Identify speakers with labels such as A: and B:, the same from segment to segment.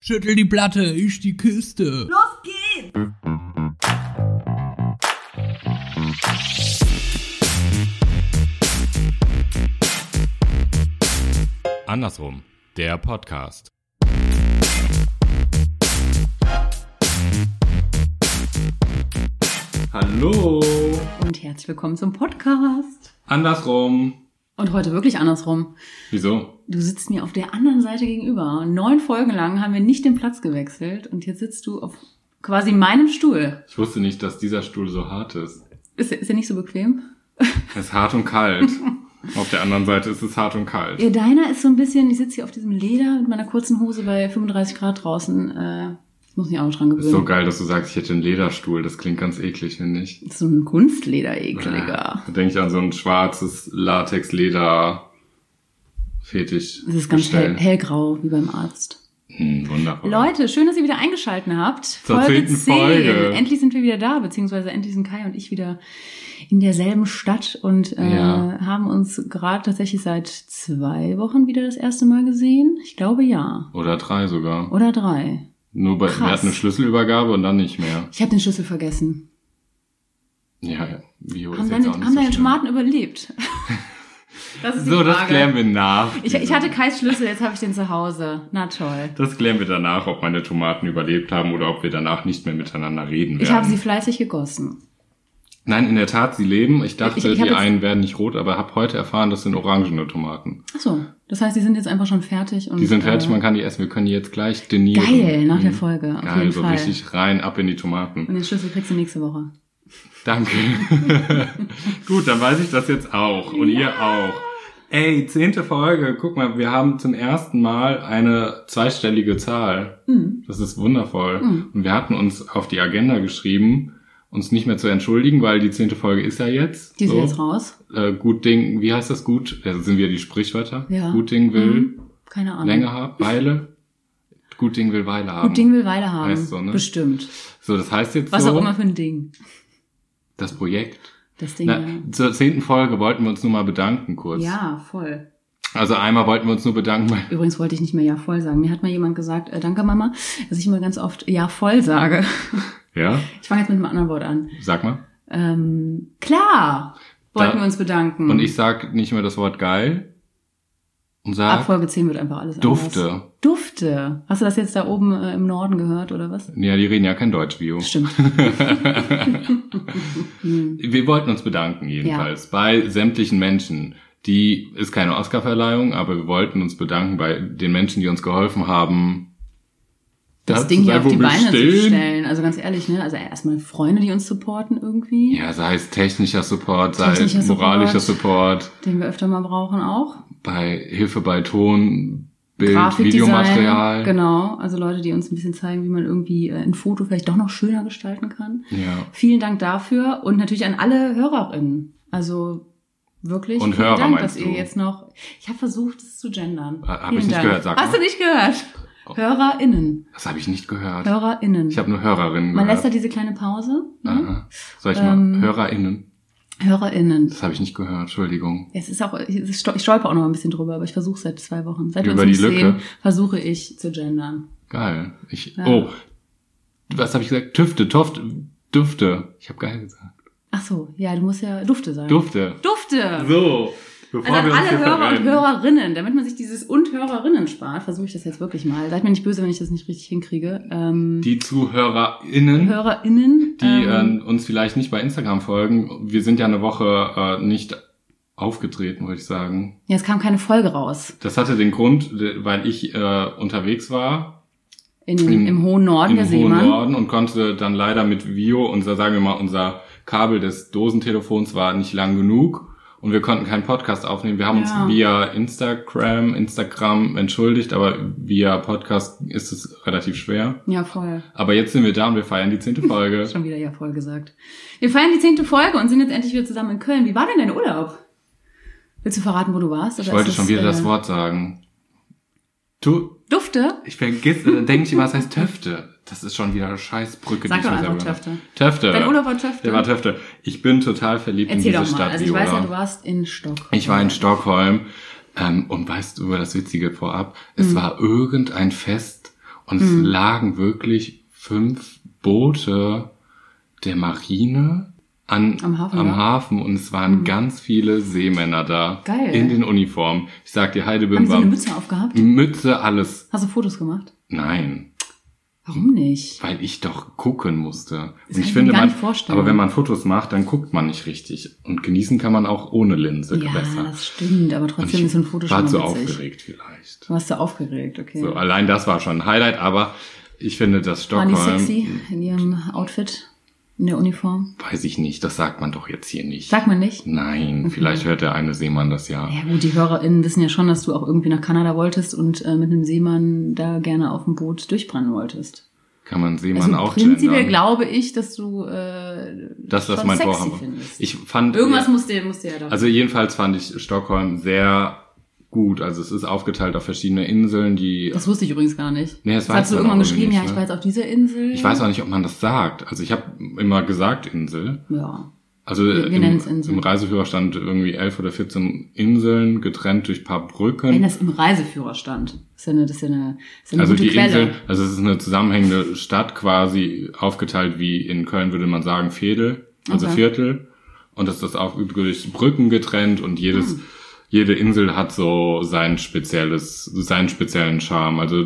A: Schüttel die Platte, ich die Kiste.
B: Los geht's!
C: Andersrum, der Podcast. Hallo,
B: Und herzlich willkommen zum Podcast.
C: andersrum.
B: Und heute wirklich andersrum.
C: Wieso?
B: Du sitzt mir auf der anderen Seite gegenüber. Neun Folgen lang haben wir nicht den Platz gewechselt und jetzt sitzt du auf quasi meinem Stuhl.
C: Ich wusste nicht, dass dieser Stuhl so hart ist.
B: Ist, ist ja nicht so bequem.
C: Er ist hart und kalt. Auf der anderen Seite ist es hart und kalt.
B: Ja, deiner ist so ein bisschen, ich sitze hier auf diesem Leder mit meiner kurzen Hose bei 35 Grad draußen. Äh, ich muss mich auch noch dran gewöhnen.
C: Ist so geil, dass du sagst, ich hätte einen Lederstuhl. Das klingt ganz eklig, finde ich.
B: Das ist so ein Kunstleder ekliger.
C: Da denke ich an so ein schwarzes Latex-Leder. Fetisch.
B: Das ist ganz hell,
C: Gestell.
B: hellgrau, wie beim Arzt.
C: Hm, wundervoll.
B: Leute, schön, dass ihr wieder eingeschaltet habt.
C: Zur
B: Folge
C: zehnten
B: 10.
C: Folge.
B: Endlich sind wir wieder da, beziehungsweise endlich sind Kai und ich wieder in derselben Stadt und äh,
C: Ja.
B: haben uns gerade tatsächlich seit zwei Wochen wieder das erste Mal gesehen. Ich glaube ja.
C: Oder drei sogar.
B: Oder drei.
C: Nur bei, wir
B: Krass.
C: hatten eine Schlüsselübergabe und dann nicht mehr.
B: Ich habe den Schlüssel vergessen.
C: Ja, ja. Bio
B: Haben
C: Oh, ist
B: deine,
C: jetzt auch nicht
B: haben
C: so
B: deine
C: schlimm.
B: Tomaten überlebt? das ist die
C: So, das
B: Frage.
C: klären wir nach.
B: ich, ich hatte Kais Schlüssel, jetzt habe ich den zu Hause. Na toll.
C: das klären wir danach, ob meine Tomaten überlebt haben oder ob wir danach nicht mehr miteinander reden werden.
B: Ich habe sie fleißig gegossen.
C: Nein, in der Tat, sie leben. Ich dachte,
B: Ich- ich hab
C: die
B: jetzt-
C: einen werden nicht rot, aber habe heute erfahren, das sind orangene Tomaten.
B: Ach so, das heißt, die sind jetzt einfach schon fertig. Und,
C: Die sind fertig,
B: äh,
C: man kann die essen. Wir können die jetzt gleich denieren.
B: Geil, nach der
C: Mhm.
B: Folge, auf
C: Geil,
B: jeden
C: so
B: Fall.
C: richtig rein, ab in die Tomaten.
B: Und den Schlüssel kriegst du nächste Woche.
C: Danke. Gut, dann weiß ich das jetzt auch. Und ihr auch. Ey, zehnte Folge. Guck mal, wir haben zum ersten Mal eine zweistellige Zahl.
B: Mhm.
C: Das ist wundervoll. Und wir hatten uns auf die Agenda geschrieben, uns nicht mehr zu entschuldigen, weil die zehnte Folge ist ja jetzt.
B: Die ist
C: So.
B: jetzt raus.
C: Äh, gut Ding, wie heißt das gut? Also sind wir die Sprichwörter?
B: Ja.
C: Gut Ding will
B: Mhm. Keine Ahnung.
C: länger haben, Weile. Gut Ding will Weile haben.
B: Gut Ding will Weile haben.
C: Heißt so, ne?
B: Bestimmt.
C: So, das heißt jetzt
B: Was
C: so,
B: auch immer für ein Ding.
C: das Projekt.
B: Das Ding.
C: Na,
B: ja.
C: zur zehnten Folge wollten wir uns nur mal bedanken kurz.
B: ja, voll.
C: Also einmal wollten wir uns nur bedanken, weil
B: Übrigens wollte ich nicht mehr Ja voll sagen. Mir hat mal jemand gesagt, äh, danke Mama, dass ich immer ganz oft Ja voll sage.
C: ja,
B: Ich fange jetzt mit einem anderen Wort an.
C: sag mal.
B: Ähm, klar, wollten
C: Da-
B: wir uns bedanken.
C: Und ich sag nicht mehr das Wort geil und
B: Ab
C: sag
B: Folge 10 wird einfach alles
C: Dufte.
B: anders. Dufte. Hast du das jetzt da oben äh, im Norden gehört oder was?
C: Ja, die reden ja kein Deutsch, Bio.
B: Stimmt.
C: Wir wollten uns bedanken jedenfalls bei sämtlichen Menschen. Die ist keine Oscarverleihung, aber wir wollten uns bedanken bei den Menschen, die uns geholfen haben.
B: das
C: da
B: Ding
C: zu
B: hier
C: sein,
B: auf die
C: wo wir
B: Beine zu
C: stehen.
B: stellen. Also ganz ehrlich, ne? Also erstmal Freunde, die uns supporten irgendwie,
C: Ja, sei es technischer Support, sei
B: Technischer
C: es moralischer Support.
B: den wir öfter mal brauchen auch.
C: bei Hilfe bei Ton, Bild,
B: Grafikdesign,
C: Videomaterial.
B: genau. Also Leute, die uns ein bisschen zeigen, wie man irgendwie äh, ein Foto vielleicht doch noch schöner gestalten kann.
C: Ja.
B: Vielen Dank dafür und natürlich an alle HörerInnen. Also wirklich
C: Und
B: vielen
C: Hörer
B: Dank, dass
C: meinst
B: ihr
C: du?
B: jetzt noch. Ich habe versucht, es zu gendern.
C: Ha- hab
B: Vielen
C: ich nicht
B: Dank.
C: gehört, sag
B: Hast
C: mal.
B: du nicht gehört? HörerInnen.
C: Das habe ich nicht gehört.
B: HörerInnen.
C: Ich habe nur Hörerinnen
B: man lässt da
C: gehört.
B: diese kleine Pause. Ne?
C: Aha. Soll ich
B: Ähm,
C: mal? HörerInnen.
B: HörerInnen.
C: Das habe ich nicht gehört, Entschuldigung.
B: Es ist auch, es ist, ich stolper auch noch ein bisschen drüber, aber ich versuche seit zwei Wochen. Seit wir
C: Über
B: uns nicht
C: die Lücke.
B: sehen, versuche ich zu gendern.
C: Geil. Ich,
B: Ja.
C: Oh, was habe ich gesagt? Tüfte, Toft, Dufte. Ich habe geil gesagt.
B: Ach so, ja, du musst ja Dufte sagen.
C: Dufte.
B: Dufte!
C: So, bevor
B: also an
C: wir uns
B: alle
C: hier
B: Hörer und
C: verrennen.
B: Hörerinnen, damit man sich dieses und Hörerinnen spart, versuche ich das jetzt wirklich mal. Seid mir nicht böse, wenn ich das nicht richtig hinkriege. Ähm,
C: Die ZuhörerInnen.
B: HörerInnen.
C: die
B: ähm,
C: äh, uns vielleicht nicht bei Instagram folgen. Wir sind ja eine Woche äh, nicht aufgetreten, würde ich sagen.
B: ja, es kam keine Folge raus
C: Das hatte den Grund, weil ich äh, unterwegs war
B: in, im hohen Norden der
C: im hohen
B: Seemann.
C: Norden und konnte dann leider mit Vio, unser, sagen wir mal, unser Kabel des Dosentelefons war nicht lang genug und wir konnten keinen Podcast aufnehmen. Wir haben
B: Ja.
C: uns via Instagram, Instagram entschuldigt, aber via Podcast ist es relativ schwer.
B: Ja, voll.
C: Aber jetzt sind wir da und wir feiern die zehnte Folge.
B: Schon wieder ja voll gesagt. Wir feiern die zehnte Folge und sind jetzt endlich wieder zusammen in Köln. Wie war denn dein Urlaub? Willst du verraten, wo du warst?
C: ich
B: oder
C: wollte
B: ist
C: schon wieder
B: äh,
C: das Wort sagen. Tu,
B: Dufte?
C: Ich vergesse, dann denke ich immer, es heißt Töfte. Das ist schon wieder eine Scheißbrücke.
B: Sag
C: die ich
B: doch
C: mir
B: einfach
C: selber-
B: Töfte.
C: Töfte.
B: Dein Urlaub war Töfte?
C: Der war Töfte. Ich bin total verliebt
B: Erzähl
C: in
B: doch
C: diese
B: mal.
C: Stadt
B: also ich weiß ja,
C: Viola.
B: du warst in Stockholm.
C: Ich war in
B: Hm.
C: Stockholm ähm, und weißt du, das Witzige vorab, es war irgendein Fest Und es lagen wirklich fünf Boote der Marine an,
B: Am Hafen, ja. Hm.
C: Hafen und es waren ganz viele Seemänner da.
B: Geil.
C: In den Uniformen. Ich sag dir,
B: Haben
C: Heidebim
B: sie
C: war
B: eine Mütze aufgehabt?
C: Mütze, alles.
B: Hast du Fotos gemacht?
C: Nein,
B: Warum nicht?
C: weil ich doch gucken musste.
B: Das
C: und
B: kann
C: ich
B: ich
C: finde,
B: mir gar
C: man,
B: nicht vorstellen.
C: aber wenn man Fotos macht, dann guckt man nicht richtig. Und genießen kann man auch ohne Linse
B: Ja,
C: besser.
B: das stimmt, aber
C: Und
B: trotzdem ist so ein Foto schon
C: war
B: mal
C: zu
B: witzig.
C: aufgeregt vielleicht.
B: Du warst so aufgeregt, okay.
C: So, allein das war schon ein Highlight, aber ich finde, dass
B: War die
C: Stockholm,
B: sexy in ihrem Outfit, in der Uniform?
C: weiß ich nicht, das sagt man doch jetzt hier nicht.
B: Sagt man nicht?
C: Nein, vielleicht hört der eine Seemann das ja.
B: Ja gut, die HörerInnen wissen ja schon, dass du auch irgendwie nach Kanada wolltest und äh, mit einem Seemann da gerne auf dem Boot durchbrennen wolltest.
C: Kann man Seemann
B: Also
C: auch
B: prinzipiell
C: gendern.
B: glaube ich, dass du äh,
C: Dass das
B: schon
C: mein
B: sexy
C: Vorhaben.
B: findest.
C: Ich fand,
B: Irgendwas muss dir, muss dir ja da.
C: also jedenfalls fand ich Stockholm sehr gut. Also es ist aufgeteilt auf verschiedene Inseln, die,
B: das wusste ich übrigens gar nicht.
C: Nee, das
B: das
C: weiß
B: hast du
C: man
B: irgendwann
C: auch irgendwie
B: geschrieben,
C: nicht,
B: ja, ich
C: ne?
B: war jetzt auf dieser Insel.
C: ich weiß auch nicht, ob man das sagt. Also ich habe immer gesagt Insel.
B: Ja.
C: Also
B: Wir- wir
C: im,
B: nennen's Inseln.
C: im Reiseführer stand irgendwie elf oder 14 Inseln, getrennt durch paar Brücken.
B: Wenn das im Reiseführer stand. Ist ja eine, das ist ja eine, ist ja eine
C: Also
B: gute
C: die
B: Quelle.
C: Insel, also es ist eine zusammenhängende Stadt quasi, aufgeteilt wie in Köln würde man sagen Veedel, also
B: Okay.
C: Viertel. Und das ist auch durch Brücken getrennt und jedes,
B: Ah.
C: jede Insel hat so sein spezielles, seinen speziellen Charme. Also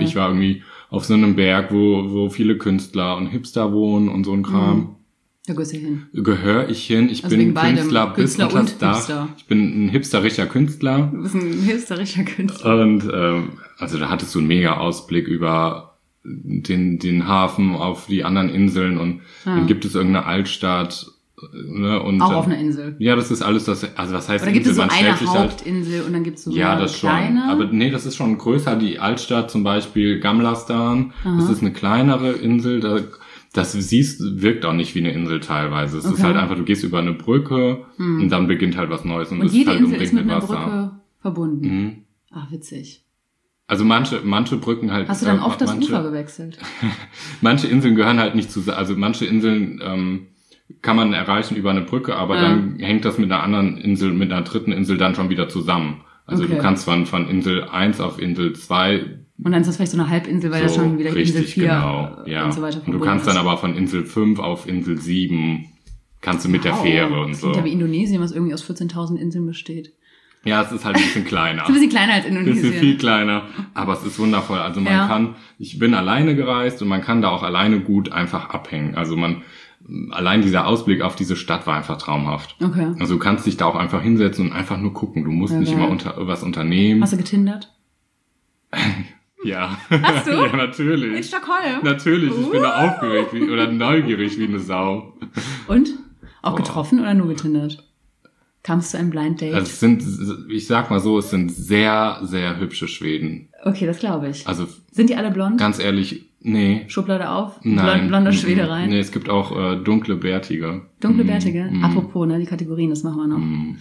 C: ich war irgendwie auf so einem Berg, wo, wo viele Künstler und Hipster wohnen und so ein
B: Mhm.
C: Kram.
B: Da gehst du hin.
C: Gehöre ich hin? Ich
B: Also
C: bin
B: wegen beidem,
C: Künstler,
B: Künstler
C: bis unter
B: und
C: das Dach.
B: Hipster.
C: Ich bin ein hipsterischer Künstler.
B: Du bist ein hysterischer Künstler.
C: Und ähm, also da hattest du einen mega Ausblick über den, den Hafen auf die anderen Inseln und dann gibt es irgendeine Altstadt. äh, Ne? Und
B: Ah. Auch
C: dann-
B: auf einer Insel.
C: Ja, das ist alles, das, also was heißt
B: Oder gibt es so
C: Insel? Man
B: eine
C: stellt sich halt,
B: Hauptinsel und dann gibt es so
C: ja,
B: mehrere
C: das schon.
B: kleine?
C: Aber nee, das ist schon größer. Die Altstadt zum Beispiel, Gamlastan, das ist eine kleinere Insel. Da, das siehst, wirkt auch nicht wie eine Insel teilweise. Es
B: Okay. Hm.
C: ist halt einfach, du gehst über eine Brücke und dann beginnt halt was Neues und,
B: Und
C: es
B: jede
C: ist halt
B: Insel
C: umringt
B: ist mit
C: mit
B: einer
C: Wasser.
B: Brücke verbunden.
C: Mhm.
B: Ach, witzig.
C: Also manche, manche Brücken halt.
B: Hast du dann
C: äh,
B: oft das
C: manche,
B: Ufer gewechselt?
C: Manche Inseln gehören halt nicht zusammen. Also manche Inseln ähm, kann man erreichen über eine Brücke, aber
B: Ja.
C: dann hängt das mit einer anderen Insel, mit einer dritten Insel dann schon wieder zusammen. Also
B: Okay.
C: du kannst von, von Insel 1 auf Insel 2
B: Und dann ist das vielleicht so eine Halbinsel, weil da
C: so
B: schon wieder
C: richtig
B: Insel 4
C: genau.
B: äh,
C: Ja.
B: und so weiter
C: du
B: verbunden
C: kannst dann
B: ist.
C: aber von Insel 5 auf Insel 7 kannst du mit der
B: Wow.
C: Fähre und
B: Das
C: so.
B: klingt ja wie Indonesien, was irgendwie aus 14.000 Inseln besteht.
C: Ja, es ist halt ein bisschen kleiner.
B: Ist ein bisschen kleiner als
C: bisschen viel
B: Indonesien.
C: kleiner, aber es ist wundervoll. Also man
B: Ja.
C: kann, ich bin alleine gereist und man kann da auch alleine gut einfach abhängen. Also man, allein dieser Ausblick auf diese Stadt war einfach traumhaft.
B: Okay.
C: Also du kannst dich da auch einfach hinsetzen und einfach nur gucken. Du musst
B: Ja,
C: nicht
B: geil.
C: immer unter, was unternehmen.
B: Hast du getindert?
C: ja.
B: Hast du?
C: ja,
B: In
C: natürlich.
B: Stockholm.
C: Natürlich, ich bin
B: Uh.
C: da aufgeregt wie, oder neugierig wie eine Sau.
B: Und? Auch
C: Boah.
B: getroffen oder nur getindert? Kamst du einem Blind Date?
C: Also es sind, ich sag mal so, es sind sehr, sehr hübsche Schweden.
B: okay, das glaube ich.
C: Also
B: Sind die alle blond?
C: ganz ehrlich, nee,
B: Schublade auf?
C: Nein.
B: Blond, blonder
C: Mhm.
B: Schwede rein?
C: Nee, es gibt auch äh, dunkle Bärtige.
B: Dunkle Bärtige?
C: Mhm.
B: Apropos, ne, die Kategorien, das machen wir noch.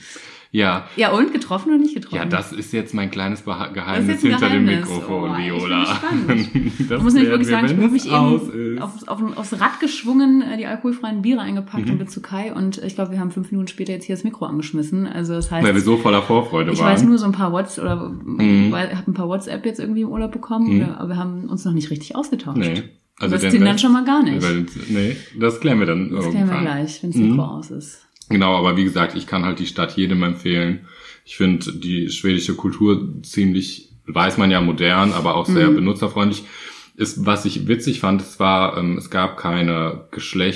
C: Ja.
B: Ja, und? Getroffen oder nicht getroffen?
C: Mm. Ja, das ist jetzt mein kleines Beha-
B: Das ist
C: Geheimnis
B: jetzt ein
C: hinter dem
B: Geheimnis.
C: Mikrofon,
B: Oh, ich bin
C: Viola.
B: gespannt.
C: das
B: Ich muss nämlich
C: werden
B: wirklich
C: wir,
B: sagen, ich
C: wenn
B: bin wirklich
C: es aus
B: eben
C: ist. Mhm.
B: auf, auf, aufs Rad geschwungen, äh, die alkoholfreien Biere eingepackt und bin zu Kai. Und äh, ich glaube, wir haben fünf Minuten später jetzt hier das Mikro angeschmissen. Also das heißt,
C: Weil wir so voller Vorfreude
B: ich
C: waren. Mhm.
B: weiß nur so ein paar WhatsApp oder weil ich habe ein paar WhatsApp jetzt irgendwie im Urlaub bekommen, oder, aber wir haben uns noch nicht richtig ausgetauscht.
C: nee. Also
B: das
C: den
B: Tindern
C: Rest-
B: schon mal gar nicht.
C: Über den- Nee, das klären wir dann
B: Das
C: irgendwann.
B: klären wir gleich, wenn das
C: Mhm.
B: Mikro aus ist.
C: Genau, aber wie gesagt, ich kann halt die Stadt jedem empfehlen. Ich finde die schwedische Kultur ziemlich, weiß man ja, modern, aber auch sehr benutzerfreundlich. Ist, was ich witzig fand, es war, ähm, es gab keine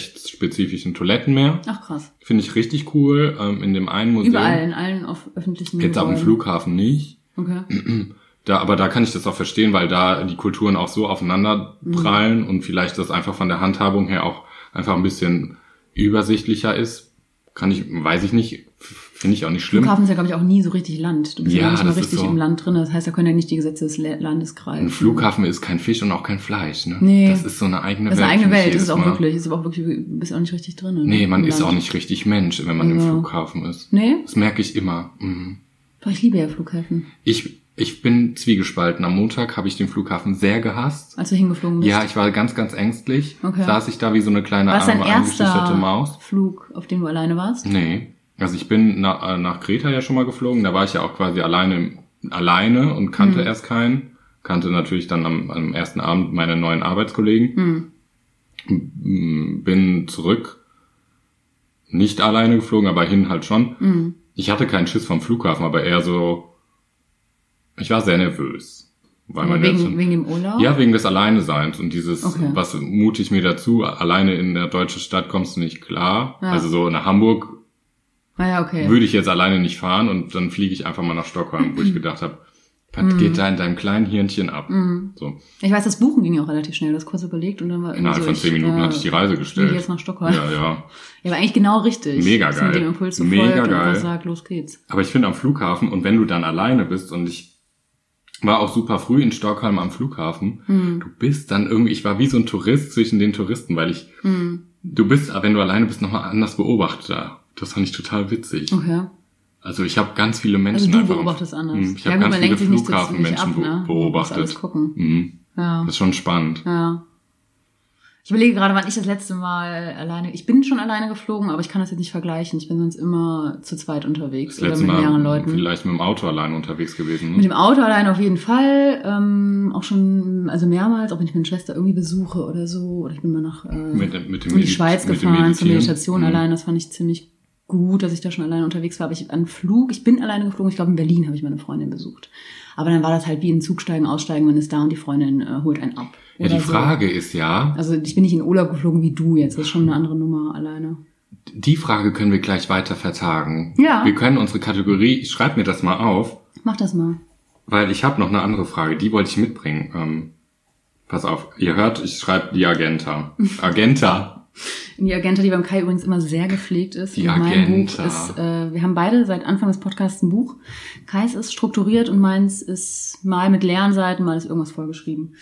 C: geschlechtsspezifischen Toiletten mehr.
B: Ach krass.
C: Finde ich richtig cool. Ähm, in dem einen Museum.
B: Überall, in allen auf öffentlichen
C: Jetzt auf dem
B: Gebäuden.
C: Flughafen nicht.
B: Okay.
C: Da, aber da kann ich das auch verstehen, weil da die Kulturen auch so aufeinander
B: Mhm.
C: prallen und vielleicht das einfach von der Handhabung her auch einfach ein bisschen übersichtlicher ist. Kann ich, weiß ich nicht, f- finde ich auch nicht schlimm.
B: Flughafen ist ja, glaube ich, auch nie so richtig Land. Du bist ja,
C: Ja,
B: gar nicht mal
C: das ist
B: richtig
C: so.
B: im Land drin. Das heißt, da können ja nicht die Gesetze des Le- Landes
C: Ein
B: greifen.
C: Flughafen ist kein Fisch und auch kein Fleisch, ne?
B: Nee.
C: Das ist so eine eigene
B: Das ist
C: Welt.
B: eine eigene
C: finde ich
B: Welt, ist
C: jedes
B: es auch
C: Mal.
B: wirklich. Ist aber auch wirklich, du bist auch nicht richtig drin. ne?
C: Nee, man
B: Im
C: ist
B: Land.
C: auch nicht richtig Mensch, wenn man im
B: Also.
C: Flughafen ist.
B: Nee?
C: Das merke ich immer. Mhm.
B: Doch, ich liebe ja Flughäfen.
C: Ich, ich bin zwiegespalten. Am Montag habe ich den Flughafen sehr gehasst.
B: Als du hingeflogen bist.
C: Ja, ich war ganz, ganz ängstlich.
B: Okay.
C: Saß ich da wie so eine kleine
B: war es dein
C: arme, eingeschüchterte
B: erster
C: Maus.
B: Flug, auf dem du alleine warst?
C: Nee. Also ich bin
B: Hm.
C: na, äh, nach Kreta ja schon mal geflogen. Da war ich ja auch quasi alleine, im- alleine und kannte erst keinen. kannte natürlich dann am, am ersten Abend meine neuen Arbeitskollegen.
B: Hm.
C: M- Bin zurück, nicht alleine geflogen, aber hin halt schon.
B: Hm.
C: Ich hatte keinen Schiss vom Flughafen, aber eher so, ich war sehr nervös. Weil man ja
B: Wegen,
C: schon-
B: wegen dem Urlaub?
C: ja, wegen des Alleineseins und dieses,
B: Okay.
C: was mute ich mir dazu, alleine in der deutschen Stadt kommst du nicht klar.
B: Ja.
C: Also so nach Hamburg
B: Ah ja, okay.
C: würde ich jetzt alleine nicht fahren und dann fliege ich einfach mal nach Stockholm,
B: Mhm.
C: wo ich gedacht habe, was geht da in deinem kleinen Hirnchen ab?
B: Mhm.
C: So,
B: Ich weiß, das Buchen ging ja auch relativ schnell. Du hast kurz überlegt und dann war irgendwie
C: innerhalb
B: so,
C: von zehn Minuten
B: äh,
C: hatte ich die Reise
B: fliege
C: gestellt.
B: jetzt nach Stockholm. Ja,
C: ja, ja.
B: aber eigentlich genau richtig.
C: Mega
B: Dass
C: geil.
B: Mit dem Impuls so
C: Mega
B: folgt und
C: geil.
B: einfach sagt, los geht's.
C: Aber ich finde am Flughafen und wenn du dann alleine bist und ich war auch super früh in Stockholm am Flughafen,
B: Mhm.
C: du bist dann irgendwie, ich war wie so ein Tourist zwischen den Touristen, weil ich,
B: Mhm.
C: du bist, wenn du alleine bist, nochmal anders beobachteter. Das fand ich total witzig.
B: Okay.
C: Also ich habe ganz viele
B: Mhm. Also
C: Menschen
B: du
C: einfach. am-
B: beobachtest anders.
C: Mhm, Ich
B: ja
C: habe ganz
B: gut, man
C: viele
B: lenkt sich nicht dazu nicht
C: Flughafenmenschen
B: ab,
C: be-
B: ne? Man muss Alles
C: beobachtet.
B: gucken.
C: Mhm.
B: Ja.
C: Das ist schon spannend.
B: ja. Ich überlege gerade, wann ich das letzte Mal alleine. Ich bin schon alleine geflogen, aber ich kann das jetzt nicht vergleichen. Ich bin sonst immer zu zweit unterwegs
C: Das
B: oder
C: letzte
B: mit mehreren
C: Mal
B: Leuten.
C: vielleicht mit dem Auto allein unterwegs gewesen.
B: Mit
C: Ne?
B: dem Auto allein auf jeden Fall. Ähm, auch schon, also mehrmals, auch wenn ich meine Schwester irgendwie besuche oder so. Oder ich bin mal nach äh,
C: Mit, mit dem
B: in die
C: Medi-
B: Schweiz
C: mit dem
B: gefahren zur
C: Meditieren.
B: Meditation
C: Mhm.
B: allein. Das fand ich ziemlich gut, dass ich da schon alleine unterwegs war. Aber ich an Flug, ich bin alleine geflogen. Ich glaube, in Berlin habe ich meine Freundin besucht. Aber dann war das halt wie in den Zug steigen, aussteigen, man ist da und die Freundin äh, holt einen ab.
C: Ja, die
B: Oder so.
C: Frage ist ja,
B: Also ich bin nicht in Urlaub geflogen wie du jetzt. Das ist schon eine andere Nummer alleine.
C: die Frage können wir gleich weiter vertagen.
B: Ja.
C: Wir können unsere Kategorie, ich schreibe mir das mal auf,
B: Mach das mal.
C: weil ich habe noch eine andere Frage, die wollte ich mitbringen. Ähm, pass auf, ihr hört, ich schreibe die Agenta. Agenta.
B: In Die Agenta, die beim Kai übrigens immer sehr gepflegt ist.
C: Die
B: Und mein Buch
C: Agenta.
B: ist, äh, wir haben beide seit Anfang des Podcasts ein Buch. Kais ist strukturiert und meins ist mal mit leeren Seiten, mal ist irgendwas vorgeschrieben.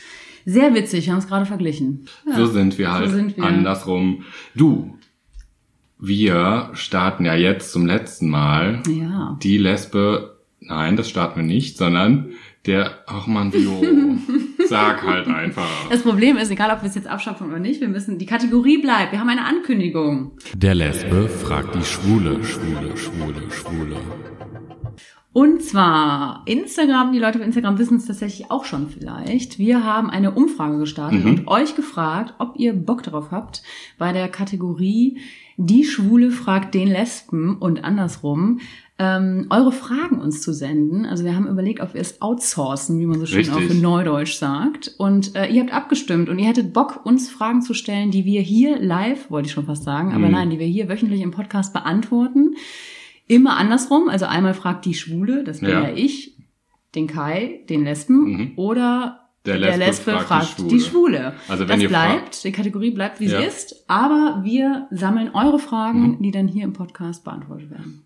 B: Sehr witzig, wir haben es gerade verglichen. Ja.
C: so sind wir halt
B: sind wir.
C: andersrum. Du, wir starten ja jetzt zum letzten Mal
B: Ja.
C: die Lesbe, nein, das starten wir nicht, sondern der, ach man, Jo, sag halt einfach.
B: Das Problem ist, egal ob wir es jetzt abschaffen oder nicht, wir müssen, die Kategorie bleibt. Wir haben eine Ankündigung.
C: Der Lesbe fragt die Schwule, Schwule, Schwule, Schwule.
B: Und zwar Instagram, die Leute auf Instagram wissen es tatsächlich auch schon vielleicht. Wir haben eine Umfrage gestartet
C: Mhm.
B: und euch gefragt, ob ihr Bock darauf habt, bei der Kategorie Die Schwule fragt den Lesben und andersrum, ähm, eure Fragen uns zu senden. Also wir haben überlegt, ob wir es outsourcen, wie man so schön
C: Richtig.
B: auf Neudeutsch sagt. Und äh, ihr habt abgestimmt und ihr hättet Bock, uns Fragen zu stellen, die wir hier live, wollte ich schon fast sagen, aber
C: Mhm.
B: nein, die wir hier wöchentlich im Podcast beantworten. Immer andersrum, also einmal fragt die Schwule, das bin
C: Ja.
B: ja, ich, den Kai, den Lesben
C: Mhm.
B: oder
C: Der
B: der
C: Lesbe
B: Lesbe,
C: fragt die
B: fragt,
C: Schwule.
B: die Schwule.
C: Also wenn
B: das
C: ihr
B: bleibt, die Kategorie bleibt, wie
C: Ja.
B: sie ist, aber wir sammeln eure Fragen, die dann hier im Podcast beantwortet werden.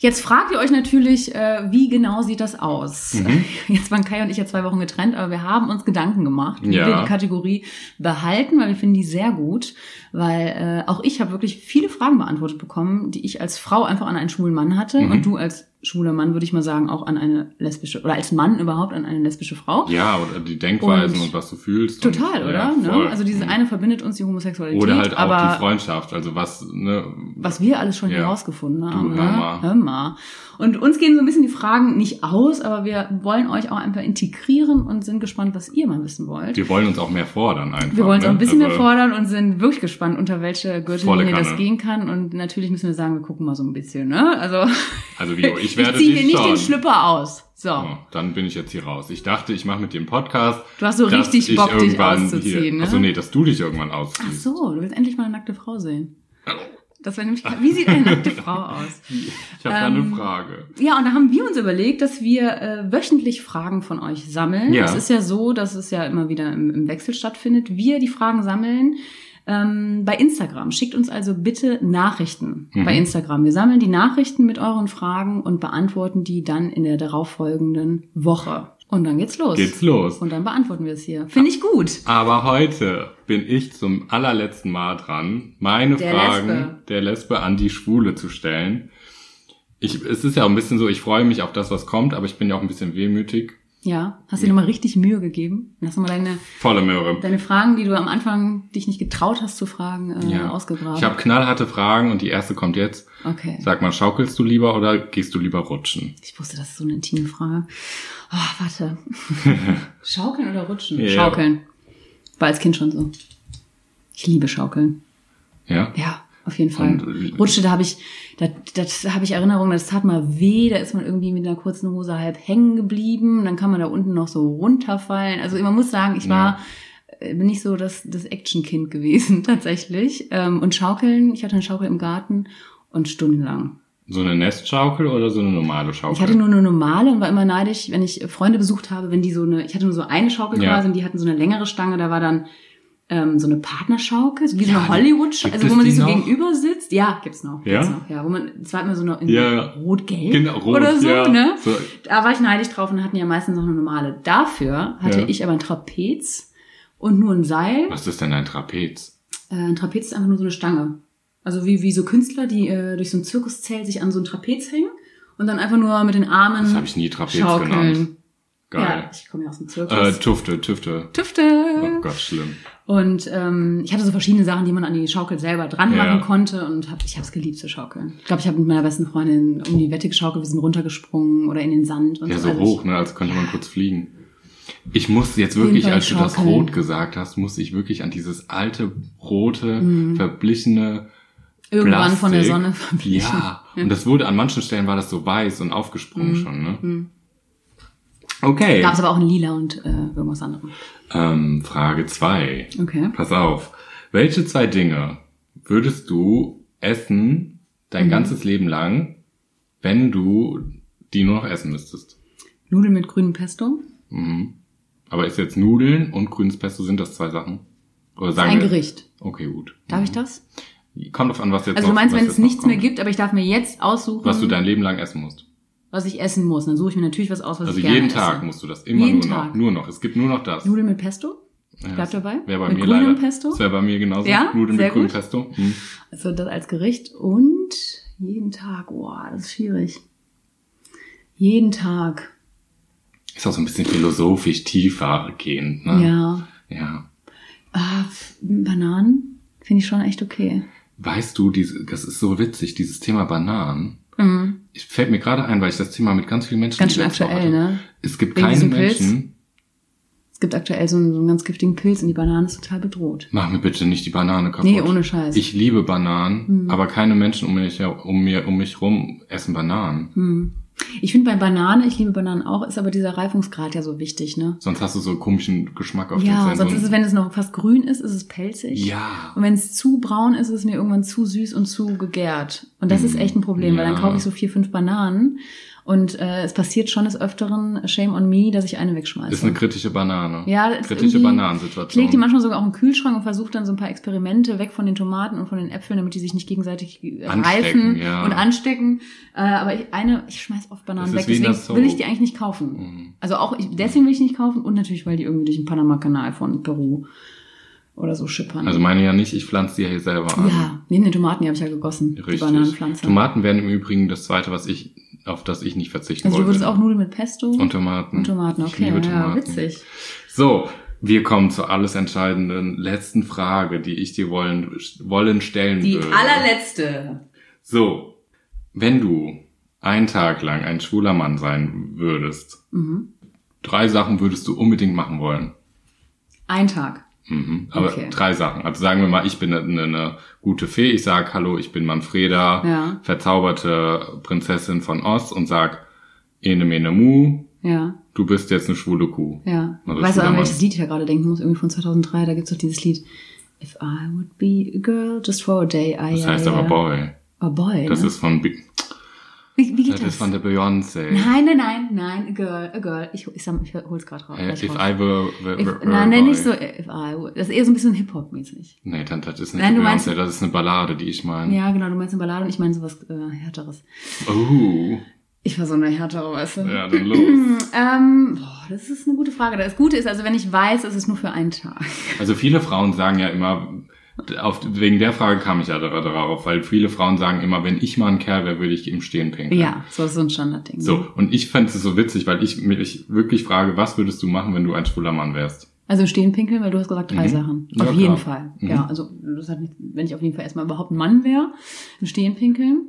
B: Jetzt fragt ihr euch natürlich, äh, wie genau sieht das aus? Jetzt waren Kai und ich ja zwei Wochen getrennt, aber wir haben uns Gedanken gemacht, wie
C: Ja.
B: wir die Kategorie behalten, weil wir finden die sehr gut, weil äh, auch ich habe wirklich viele Fragen beantwortet bekommen, die ich als Frau einfach an einen schwulen Mann hatte
C: Mhm.
B: und du als schwuler Mann, würde ich mal sagen, auch an eine lesbische, oder als Mann überhaupt an eine lesbische Frau.
C: Ja, oder die Denkweisen und,
B: Und-
C: was du fühlst.
B: Total,
C: und,
B: oder?
C: Ja,
B: ne?
C: voll.
B: Also dieses
C: Mhm.
B: eine verbindet uns die Homosexualität,
C: Oder halt auch die
B: aber
C: Freundschaft, also was, ne,
B: was wir alles schon
C: Ja.
B: herausgefunden haben.
C: hör
B: ne?
C: mal.
B: hör mal. Und uns gehen so ein bisschen die Fragen nicht aus, aber wir wollen euch auch einfach integrieren und sind gespannt, was ihr mal wissen wollt.
C: wir wollen uns auch mehr fordern einfach.
B: Wir wollen es
C: ne?
B: auch ein bisschen
C: also,
B: mehr fordern und sind wirklich gespannt, unter welche Gürtellinie
C: Kanne.
B: das gehen kann. Und natürlich müssen wir sagen, wir gucken mal so ein bisschen, ne? Also
C: Also wie, ich werde
B: ziehe
C: dich
B: hier nicht
C: schon.
B: den Schlüpper aus. So,
C: Oh, dann bin ich jetzt hier raus. Ich dachte, ich mache mit dir einen Podcast.
B: du hast so
C: dass
B: richtig
C: ich
B: Bock, dich
C: irgendwann hier,
B: auszuziehen, ne?
C: Also nee, dass du dich irgendwann
B: Ach
C: ausziehst.
B: so, du willst endlich mal eine nackte Frau sehen. Das wäre nämlich, wie sieht eine nackte Frau aus?
C: Ich habe da eine
B: Ähm,
C: Frage.
B: Ja, und da haben wir uns überlegt, dass wir äh, wöchentlich Fragen von euch sammeln.
C: Ja.
B: Es ist ja so, dass es ja immer wieder im, im Wechsel stattfindet. Wir die Fragen sammeln ähm, bei Instagram. Schickt uns also bitte Nachrichten
C: Mhm.
B: bei Instagram. Wir sammeln die Nachrichten mit euren Fragen und beantworten die dann in der darauffolgenden Woche. Und dann geht's los.
C: Geht's los.
B: Und dann beantworten wir es hier. Finde ich gut.
C: Aber heute bin ich zum allerletzten Mal dran, meine
B: Der
C: Fragen
B: Lesbe.
C: der Lesbe an die Schwule zu stellen. Ich, es ist ja auch ein bisschen so, ich freue mich auf das, was kommt, aber ich bin ja auch ein bisschen wehmütig.
B: Ja, hast dir nochmal richtig Mühe gegeben. Dann hast du mal deine,
C: Volle Möhre.
B: deine Fragen, die du am Anfang dich nicht getraut hast zu fragen, äh,
C: Ja.
B: ausgegraben.
C: Ich habe knallharte Fragen und die erste kommt jetzt.
B: okay.
C: Sag mal, schaukelst du lieber oder gehst du lieber rutschen?
B: Ich wusste, das ist so eine intime Frage. Oh, warte. Schaukeln oder rutschen?
C: Ja.
B: Schaukeln. War als Kind schon so. Ich liebe Schaukeln.
C: Ja?
B: Ja, auf jeden Fall.
C: Und- äh,
B: Rutsche, da habe ich, da, das habe ich Erinnerungen, das tat mal weh, da ist man irgendwie mit einer kurzen Hose halb hängen geblieben, dann kann man da unten noch so runterfallen. Also man muss sagen, ich war äh, bin nicht so das, das Action-Kind gewesen tatsächlich. Ähm, Und Schaukeln, ich hatte eine Schaukel im Garten und stundenlang.
C: So eine Nestschaukel oder so eine normale
B: Ich hatte
C: Schaukel?
B: nur eine normale und war immer neidisch, wenn ich Freunde besucht habe, wenn die so eine, ich hatte nur so eine Schaukel
C: Ja.
B: quasi und die hatten so eine längere Stange, da war dann ähm, so eine Partnerschaukel, so wie so eine Hollywood,
C: gibt
B: also wo
C: es
B: man
C: die
B: sich so
C: noch?
B: gegenüber sitzt. Ja, gibt's noch.
C: Ja?
B: Gibt's noch, ja, wo man, es war immer so eine in
C: Ja, ja.
B: rot-gelb
C: Genau, rot,
B: oder so,
C: ja.
B: ne?
C: So,
B: Da war ich neidisch drauf und hatten ja meistens noch eine normale. Dafür hatte
C: Ja.
B: ich aber ein Trapez und nur ein Seil.
C: was ist denn ein Trapez?
B: Äh, ein Trapez ist einfach nur so eine Stange. Also wie, wie so Künstler, die äh, durch so ein Zirkuszelt sich an so ein Trapez hängen und dann einfach nur mit den Armen
C: Das habe ich nie Trapez
B: schaukeln.
C: genannt.
B: Ja,
C: Geil.
B: ich komme ja aus dem
C: äh,
B: Zirkus.
C: Tüfte, Tüfte. Oh
B: Tüfte!
C: Gott, schlimm.
B: Und ähm, ich hatte so verschiedene Sachen, die man an die Schaukel selber dran
C: Ja.
B: machen konnte und hab, ich habe es geliebt zu schaukeln. Ich glaube, ich habe mit meiner besten Freundin um die Wette geschaukelt, wir sind runtergesprungen oder in den Sand und
C: Ja,
B: so.
C: so
B: Also
C: hoch, ne, als könnte man kurz fliegen. Ich muss jetzt
B: jeden
C: wirklich,
B: Fall
C: als du das
B: schaukeln.
C: Rot gesagt hast, muss ich wirklich an dieses alte, rote, verblichene
B: Ich, Mhm. irgendwann
C: Plastik.
B: von der Sonne verblichen.
C: Ja, und das wurde an manchen Stellen war das so weiß und aufgesprungen schon, ne?
B: Mhm.
C: Okay.
B: Gab es aber auch in lila und äh, irgendwas anderem.
C: Ähm, Frage zwei
B: Okay.
C: Pass auf. Welche zwei Dinge würdest du essen dein
B: Mhm.
C: ganzes Leben lang, wenn du die nur noch essen müsstest?
B: Nudeln mit grünem Pesto.
C: Mhm. Aber ist jetzt Nudeln und grünes Pesto, sind das zwei Sachen? Oder sagen
B: Ein
C: wir-
B: Gericht.
C: Okay, gut.
B: Darf ich das?
C: Kommt drauf an, was jetzt
B: Also du
C: noch-
B: meinst,
C: was
B: wenn
C: jetzt
B: es
C: noch
B: nichts mehr
C: kommt.
B: gibt, aber ich darf mir jetzt aussuchen,
C: Was du dein Leben lang essen musst.
B: was ich essen muss. Dann suche ich mir natürlich was aus, was
C: Also
B: ich gerne
C: jeden Tag
B: esse.
C: musst du das. Immer
B: Jeden
C: nur noch.
B: Tag.
C: Nur noch. Es gibt nur noch das.
B: Nudeln mit Pesto?
C: Ja,
B: Bleibt dabei?
C: Wäre bei
B: Mit
C: mir
B: grünem
C: leider.
B: Pesto?
C: Das wäre bei mir genauso.
B: Ja?
C: Nudeln
B: Sehr
C: mit grünem
B: gut.
C: Pesto. Hm.
B: Also das als Gericht und jeden Tag, boah, das ist schwierig. Jeden Tag,
C: Ist auch so ein bisschen philosophisch tiefer gehend. Ne?
B: ja.
C: Ja.
B: Ah, F- Bananen finde ich schon echt okay.
C: Weißt du, diese, das ist so witzig, dieses Thema Bananen.
B: Mhm.
C: Ich fällt mir gerade ein, weil ich das Thema mit ganz vielen Menschen
B: Ganz schön
C: letzte Woche
B: aktuell,
C: hatte.
B: ne?
C: Es gibt
B: Wegen
C: keine
B: diesem Pilz?
C: Menschen.
B: Es gibt aktuell so einen, so einen ganz giftigen Pilz und die Banane ist total bedroht.
C: Mach mir bitte nicht die Banane kaputt.
B: Nee, ohne Scheiß. Mhm.
C: Ich liebe Bananen, aber keine Menschen um mich, her- um, mir, um mich rum essen Bananen.
B: Hm. Ich finde bei Banane, ich liebe Bananen auch, ist aber dieser Reifungsgrad ja so wichtig, ne?
C: Sonst hast du so einen komischen Geschmack auf
B: Ja,
C: den Zähnen.
B: sonst ist es, wenn es noch fast grün ist, ist es pelzig.
C: ja.
B: Und wenn es zu braun ist, ist es mir irgendwann zu süß und zu gegärt. Und das ist echt ein Problem, weil dann
C: Hm, Ja.
B: kaufe ich so vier, fünf Bananen. Und äh, es passiert schon des Öfteren, shame on me, dass ich eine wegschmeiße.
C: Ist eine kritische Banane.
B: ja, das ist
C: kritische
B: irgendwie- Ich
C: Bananensituation.
B: lege die manchmal sogar auch in den Kühlschrank und versuche dann so ein paar Experimente weg von den Tomaten und von den Äpfeln, damit die sich nicht gegenseitig äh,
C: Anstecken,
B: reifen
C: ja.
B: und anstecken. Äh, aber ich, eine, ich schmeiß oft Bananen
C: Das
B: weg,
C: ist wie in der
B: deswegen
C: Soap.
B: will ich die eigentlich nicht kaufen.
C: Mhm.
B: Also auch ich, deswegen will ich nicht kaufen und natürlich, weil die irgendwie durch den Panama-Kanal von Peru oder so schippern.
C: also meine ja nicht, ich pflanze die ja hier selber an.
B: Ja, neben den Tomaten, die habe ich ja gegossen, die
C: Richtig.
B: Bananenpflanze.
C: Tomaten wären im Übrigen das zweite, was ich, auf das ich nicht verzichten
B: also du
C: wollte.
B: würdest auch Nudeln mit Pesto
C: und Tomaten.
B: und Tomaten,
C: Ich
B: okay,
C: liebe
B: ja,
C: Tomaten.
B: witzig.
C: So, wir kommen zur alles entscheidenden letzten Frage, die ich dir wollen, wollen stellen
B: Die
C: würde.
B: allerletzte.
C: So, wenn du einen Tag lang ein schwuler Mann sein würdest,
B: Mhm.
C: drei Sachen würdest du unbedingt machen wollen.
B: Ein Tag.
C: Mhm. Aber
B: Okay.
C: drei Sachen. Also sagen wir mal, ich bin eine, eine gute Fee, ich sag Hallo, ich bin Manfreda,
B: Ja.
C: verzauberte Prinzessin von Oz und sag Ene Mene Mu,
B: Ja,
C: du bist jetzt eine schwule Kuh.
B: ja.
C: Also
B: weißt du
C: schwuler
B: an
C: Mann.
B: welches Lied ich da gerade denken muss? Irgendwie von 2003, da gibt's doch dieses Lied If I would be a girl just for a day, I
C: Das heißt aber Boy.
B: A boy,
C: Das
B: ne?
C: ist von, Be-
B: wie, wie geht
C: das
B: das?
C: ist von der Beyoncé.
B: nein, nein, nein, nein, a girl, a girl. Ich, ich, sam- ich hol's gerade raus.
C: Äh,
B: gleich
C: If I
B: raus.
C: were, were,
B: If,
C: were
B: nein, nein,
C: boy.
B: nicht so, äh, if I would. Das ist eher so ein bisschen Hip-Hop-mäßig.
C: Nee, dann, das ist nicht
B: Nein,
C: die
B: du meinst-
C: Beyoncé, das ist eine Ballade, die ich meine.
B: Ja, genau, du meinst eine Ballade und ich meine sowas äh, Härteres.
C: Oh,
B: Ich war so eine härtere, weißt du?
C: ja, dann los.
B: Ähm, boah, das ist eine gute Frage. Das Gute ist, also wenn ich weiß, ist es nur für einen Tag.
C: Also viele Frauen sagen ja immer, Auf, wegen der Frage kam ich ja darauf, weil viele Frauen sagen immer, wenn ich mal ein Kerl wäre, würde ich ihm stehen pinkeln.
B: Ja, so ist so ein Standardding.
C: So, und ich fand es so witzig, weil ich mich wirklich frage, was würdest du machen, wenn du ein schwuler Mann wärst?
B: Also stehen pinkeln, weil du hast gesagt drei
C: Mhm.
B: Sachen.
C: Ja,
B: auf
C: klar.
B: jeden Fall.
C: Mhm.
B: Ja, also das hat nicht, wenn ich auf jeden Fall erstmal überhaupt ein Mann wäre, ein stehen pinkeln.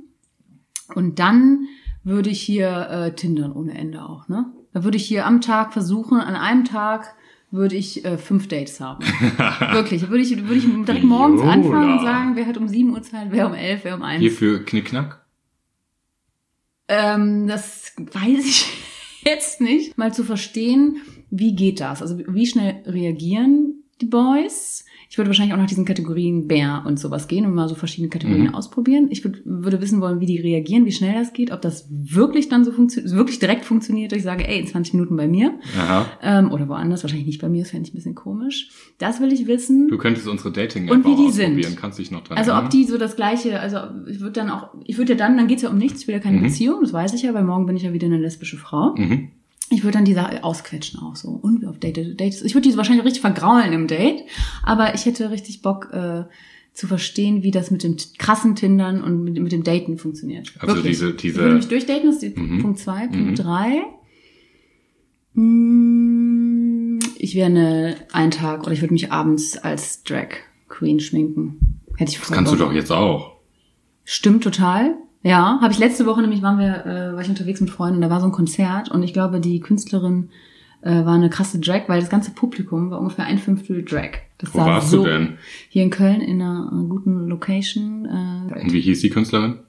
B: Und dann würde ich hier äh, Tindern ohne Ende auch, ne? Da würde ich hier am Tag versuchen, an einem Tag würde ich äh, fünf Dates haben. Wirklich, würde ich, würde ich direkt morgens
C: Lola.
B: anfangen und sagen, wer hat um sieben Uhr Zeit, wer um elf, wer um eins.
C: Hierfür Knickknack?
B: Ähm, das weiß ich jetzt nicht. Mal zu verstehen, wie geht das? Also wie schnell reagieren die Boys? Ich würde wahrscheinlich auch nach diesen Kategorien Bär und sowas gehen und mal so verschiedene Kategorien
C: Mhm.
B: ausprobieren. Ich würd, würde wissen wollen, wie die reagieren, wie schnell das geht, ob das wirklich dann so funktioniert, wirklich direkt funktioniert, dass ich sage, ey, in 20 Minuten bei mir
C: Aha.
B: ähm, oder woanders, wahrscheinlich nicht bei mir, das fände ich ein bisschen komisch. Das will ich wissen.
C: Du könntest unsere dating
B: Und wie die sind.
C: ausprobieren. Kannst dich noch dran
B: Also ob
C: erinnern?
B: die so das gleiche, also ich würde dann auch, ich würde ja dann, dann geht's ja um nichts, ich will ja keine
C: Mhm.
B: Beziehung, das weiß ich ja, weil morgen bin ich ja wieder eine lesbische Frau.
C: Mhm.
B: Ich würde dann die Sache ausquetschen auch so. Und wir auf Date, Dates. Ich würde die wahrscheinlich richtig vergraulen im Date, aber ich hätte richtig Bock äh, zu verstehen, wie das mit dem t- krassen Tindern und mit, mit dem Daten funktioniert.
C: Also
B: Wirklich.
C: diese-
B: Ich
C: diese-
B: würde mich durchdaten, das ist die
C: Mhm.
B: Punkt zwei,
C: Mhm.
B: Punkt drei. Hm, Ich wäre eine einen Tag oder ich würde mich abends als Drag Queen schminken. Hätte ich
C: Das kannst du doch jetzt auch.
B: Stimmt total. Ja, habe ich letzte Woche nämlich waren wir, äh, war ich unterwegs mit Freunden, da war so ein Konzert und ich glaube, die Künstlerin äh, war eine krasse Drag, weil das ganze Publikum war ungefähr ein Fünftel Drag. Das
C: Wo
B: sah
C: warst
B: so
C: du denn?
B: Hier in Köln in einer äh, guten Location. Äh,
C: Und wie hieß die Künstlerin?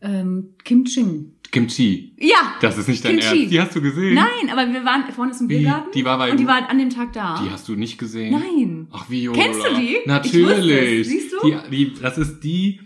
B: ähm, Kim Ching.
C: Kimchi.
B: Ja.
C: Das ist nicht dein
B: Kimchi.
C: Ernst. Die hast du gesehen.
B: Nein, aber wir waren vorne ist ein
C: Wie?
B: Biergarten.
C: Die war bei-
B: und die war an dem Tag da.
C: Die hast du nicht gesehen.
B: Nein.
C: Ach, Viola.
B: Kennst du die? Ich wusste
C: Natürlich.
B: es. Siehst du?
C: Die, die, das ist die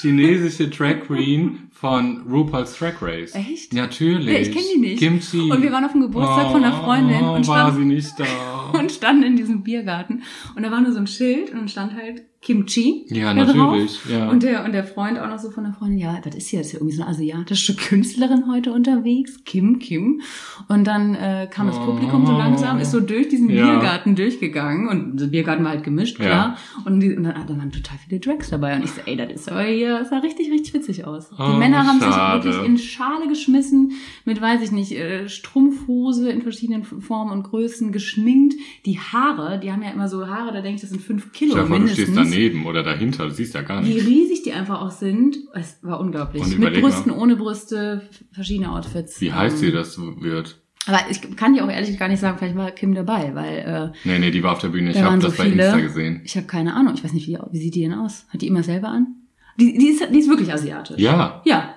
C: chinesische Drag Queen von RuPaul's Drag Race.
B: Echt?
C: Natürlich.
B: Nee, ich kenn die nicht.
C: Kimchi.
B: Und wir waren auf dem Geburtstag
C: Oh,
B: von einer Freundin und
C: war
B: standen-
C: sie nicht da.
B: und standen in diesem Biergarten und da war nur so ein Schild und dann stand halt Kimchi.
C: Ja,
B: da
C: natürlich, ja.
B: Und der und der Freund auch noch so von der Freundin, ja, das ist hier, das ist ja irgendwie so eine asiatische Künstlerin heute unterwegs, Kim Kim. Und dann äh, kam das Publikum so
C: Oh.
B: langsam, ist so durch diesen
C: Ja.
B: Biergarten durchgegangen und der Biergarten war halt gemischt, klar.
C: Ja.
B: Und, die, und dann, dann waren total viele Drags dabei und ich so, ey, das ist aber hier, das sah richtig, richtig witzig aus. Die
C: Oh,
B: Männer haben
C: schade.
B: sich wirklich in Schale geschmissen, mit, weiß ich nicht, äh, Strumpfhose in verschiedenen Formen und Größen, geschminkt. Die Haare, die haben ja immer so Haare, da denke ich, das sind fünf Kilo
C: Stell dir vor, du
B: mindestens.
C: stehst daneben oder dahinter, du siehst ja gar
B: Wie
C: nichts.
B: riesig die einfach auch sind, es war unglaublich.
C: Und
B: Mit
C: überleg
B: Brüsten,
C: mal.
B: ohne Brüste, f- verschiedene Outfits.
C: Wie heißt
B: Ähm,
C: sie das wird?
B: Aber ich kann dir auch ehrlich gar nicht sagen, vielleicht war Kim dabei, weil
C: Nee, nee, die war auf der Bühne.
B: äh,
C: Ich
B: da
C: habe
B: waren so
C: das bei
B: viele.
C: Insta gesehen.
B: Ich habe keine Ahnung, ich weiß nicht, wie, wie sieht die denn aus? Hat die immer selber an? Die, die, ist, die ist wirklich asiatisch.
C: Ja.
B: Ja.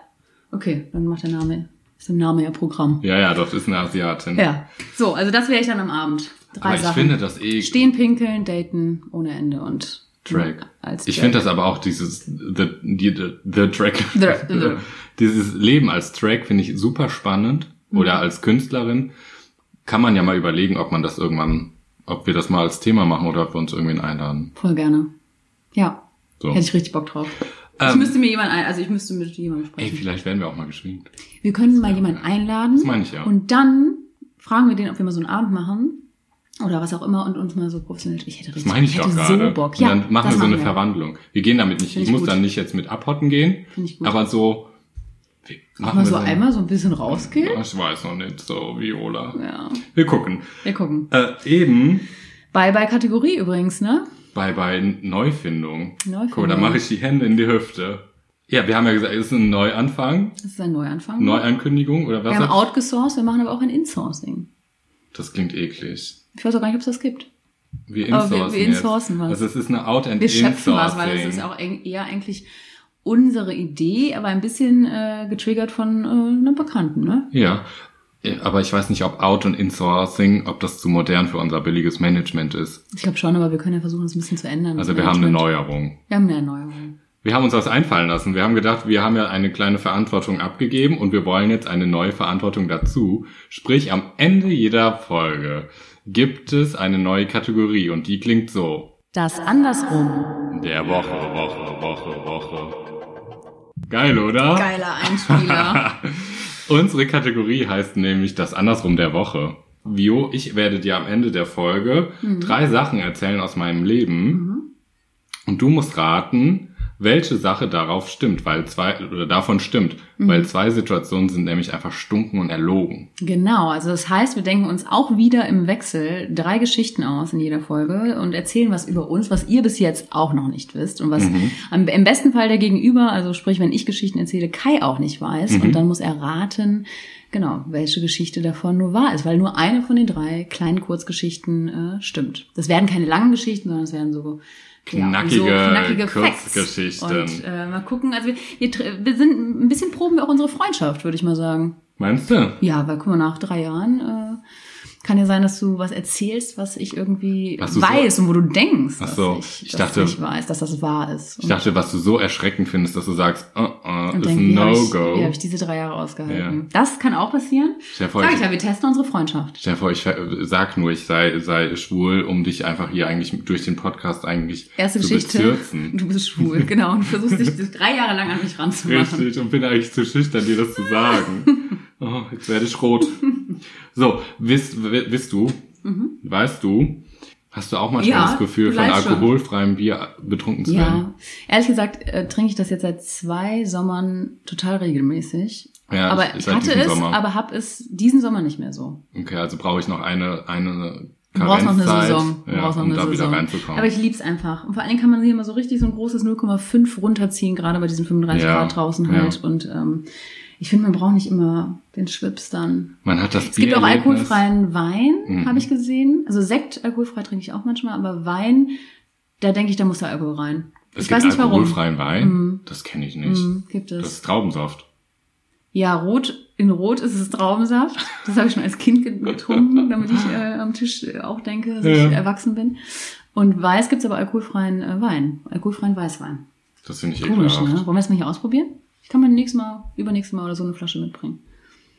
B: Okay, dann macht der Name, ist im Name ja Programm.
C: Ja, ja, das ist eine Asiatin.
B: Ja. So, also das wäre ich dann am Abend. Drei
C: Aber ich
B: Sachen.
C: finde das eh
B: Stehen, pinkeln, daten ohne Ende und
C: Drag.
B: Hm, Als
C: ich
B: Drag.
C: finde das aber auch dieses the, die, the, the Drag.
B: The- the-
C: dieses Leben als Drag finde ich super spannend
B: Hm.
C: oder als Künstlerin kann man ja mal überlegen, ob man das irgendwann, ob wir das mal als Thema machen oder ob wir uns irgendwen einladen.
B: voll gerne. Ja.
C: So.
B: Hätte ich richtig Bock drauf. ich
C: Ähm.
B: müsste mir jemanden ein, also ich müsste mit jemandem
C: Ey,
B: sprechen.
C: vielleicht werden wir auch mal geschminkt.
B: wir können mal jemanden einladen.
C: Das meine ich ja.
B: Und dann fragen wir den, ob wir mal so einen Abend machen oder was auch immer und uns mal so professionell. Ich hätte
C: Das
B: richtig
C: meine ich
B: hätte
C: doch gerade.
B: so Bock.
C: Und
B: Ja,
C: dann machen
B: das
C: wir so eine Verwandlung. Wir gehen damit nicht,
B: Finde
C: ich,
B: ich
C: muss
B: gut.
C: dann nicht jetzt mit abhotten gehen,
B: Finde ich gut.
C: aber so wir- machen
B: Mal
C: wir
B: so einmal so ein bisschen rausgehen.
C: Ich weiß noch nicht, so Viola.
B: Ja.
C: Wir gucken.
B: Wir gucken.
C: Äh, eben
B: Bye bye Kategorie übrigens, ne?
C: Bei, bei Neufindung.
B: Neufindung.
C: Guck, mal, da mache ich die Hände in die Hüfte. Ja, wir haben ja gesagt, es ist ein Neuanfang,
B: Das ist ein Neuanfang.
C: Neuankündigung oder was?
B: Mhm. wir haben
C: auch-
B: outgesourced, wir machen aber auch ein Insourcing.
C: Das klingt eklig.
B: Ich weiß auch gar nicht, ob es das gibt.
C: Wir
B: Aber wir-
C: insourcen
B: wir insourcen
C: jetzt.
B: was.
C: Also es ist eine Out- and
B: Wir schöpfen was, weil
C: Insourcing.
B: das ist auch eng- eher eigentlich unsere Idee, aber ein bisschen äh, getriggert von äh, einem Bekannten, ne?
C: Ja, Ja, aber ich weiß nicht, ob Out- und Insourcing, ob das zu modern für unser billiges Management ist.
B: Ich glaube schon, aber wir können ja versuchen, das ein bisschen zu ändern.
C: Also
B: das
C: wir haben eine
B: Management.
C: Neuerung.
B: Wir haben eine Erneuerung.
C: Wir haben uns was einfallen lassen. Wir haben gedacht, wir haben ja eine kleine Verantwortung abgegeben und wir wollen jetzt eine neue Verantwortung dazu. Sprich, am Ende jeder Folge gibt es eine neue Kategorie und die klingt so.
B: Das andersrum.
C: Der Woche, Woche, Woche, Woche. Geil, oder?
B: Geiler Einspieler.
C: Unsere Kategorie heißt nämlich das Andersrum der Woche. Vio, ich werde dir am Ende der Folge
B: Mhm.
C: drei Sachen erzählen aus meinem Leben. Und du musst raten, welche Sache darauf stimmt, weil zwei, oder davon stimmt,
B: Mhm.
C: weil zwei Situationen sind nämlich einfach stunken und erlogen.
B: Genau, also das heißt, wir denken uns auch wieder im Wechsel drei Geschichten aus in jeder Folge und erzählen was über uns, was ihr bis jetzt auch noch nicht wisst und was
C: Mhm.
B: am, im besten Fall der Gegenüber, also sprich, wenn ich Geschichten erzähle, Kai auch nicht weiß
C: Mhm.
B: und dann muss er raten, genau, welche Geschichte davon nur wahr ist, weil nur eine von den drei kleinen Kurzgeschichten äh, stimmt. Das werden keine langen Geschichten, sondern es werden so
C: Knackige
B: Facts.
C: Kurzgeschichten.
B: Und äh, mal gucken, also wir, wir, tr- wir sind ein bisschen proben wir auch unsere Freundschaft, würde ich mal sagen.
C: Meinst du?
B: Ja, weil guck mal, nach drei Jahren äh, kann ja sein, dass du was erzählst, was ich irgendwie
C: Ach so, so-
B: weiß und wo du denkst,
C: Ach so,
B: dass ich,
C: ich
B: dass
C: dachte-
B: ich weiß, dass das wahr ist.
C: Ich dachte, was du so erschreckend findest, dass du sagst, uh -uh,
B: und
C: ist
B: denke,
C: ein
B: wie habe ich, wie
C: No-Go.
B: hab ich diese drei Jahre ausgehalten?
C: Ja.
B: Das kann auch passieren.
C: Stell dir vor,
B: Sag
C: ich,
B: ich ja, wir testen unsere Freundschaft.
C: stell dir vor, ich ver- sag nur, ich sei, sei schwul, um dich einfach hier eigentlich durch den Podcast eigentlich
B: Erste
C: zu
B: Geschichte,
C: bezirzen.
B: du bist schwul, genau, und versuchst dich drei Jahre lang an mich ranzumachen.
C: Richtig, und bin eigentlich zu schüchtern, dir das zu sagen. Oh, jetzt werde ich rot. So, wisst, wi- wisst du, weißt du, hast du auch manchmal
B: Mhm. Ja,
C: das Gefühl, von
B: vielleicht schon.
C: alkoholfreiem Bier betrunken zu werden?
B: Ja, ehrlich gesagt äh, trinke ich das jetzt seit zwei Sommern total regelmäßig.
C: Ja,
B: aber
C: ich-
B: ich,
C: seit
B: hatte
C: diesem
B: es,
C: Sommer.
B: aber hab es diesen Sommer nicht mehr so.
C: Okay, also brauche ich noch eine, eine
B: Du brauchst noch eine
C: Karenzzeit,
B: Saison. Du
C: ja,
B: brauchst noch
C: um
B: eine
C: da
B: Saison.
C: wieder reinzukommen.
B: Aber ich lieb's einfach. Und vor allen Dingen kann man hier immer so richtig so ein großes 0,5 runterziehen, gerade bei diesen 35
C: Ja,
B: Grad draußen
C: ja.
B: halt. Und ähm, ich finde, man braucht nicht immer den Schwips dann.
C: Man hat das
B: Es gibt auch
C: Biererlebnis.
B: alkoholfreien Wein,
C: Mhm.
B: habe ich gesehen. Also Sekt alkoholfrei trinke ich auch manchmal, aber Wein, da denke ich, da muss der Alkohol rein.
C: Es
B: ich
C: gibt
B: weiß nicht warum.
C: alkoholfreien Wein?
B: Mhm.
C: Das kenne ich nicht.
B: Mhm, gibt es.
C: Das ist Traubensaft.
B: Ja, rot, in rot ist es Traubensaft. Das habe ich schon als Kind get- getrunken, damit ich äh, am Tisch äh, auch denke, dass
C: Ja.
B: ich erwachsen bin. Und weiß gibt's aber alkoholfreien äh, Wein, alkoholfreien Weißwein.
C: Das finde ich
B: Komisch,
C: ekelhaft.
B: ne? Wollen wir das mal hier ausprobieren? Ich kann mir nächstes Mal, übernächstes Mal oder so eine Flasche mitbringen.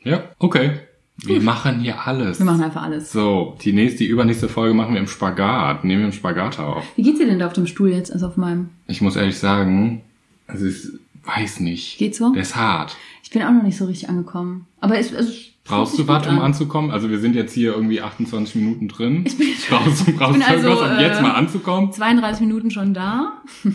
C: Ja, okay. Wir machen hier alles.
B: Wir machen einfach alles.
C: so, die nächste, die übernächste Folge machen wir im Spagat. Nehmen wir im Spagat auf.
B: Wie geht's dir denn da auf dem Stuhl jetzt, also auf meinem?
C: Ich muss ehrlich sagen, also ich weiß nicht.
B: Geht so?
C: Der ist hart.
B: Ich bin auch noch nicht so richtig angekommen. Aber es, also, es fühlt
C: Brauchst
B: sich
C: du
B: gut
C: was, um
B: an.
C: anzukommen? Also wir sind jetzt hier irgendwie 28 Minuten drin.
B: Ich bin-
C: brauchst du, brauchst
B: bin
C: du
B: also,
C: irgendwas, um
B: äh,
C: jetzt mal anzukommen?
B: 32 Minuten schon da.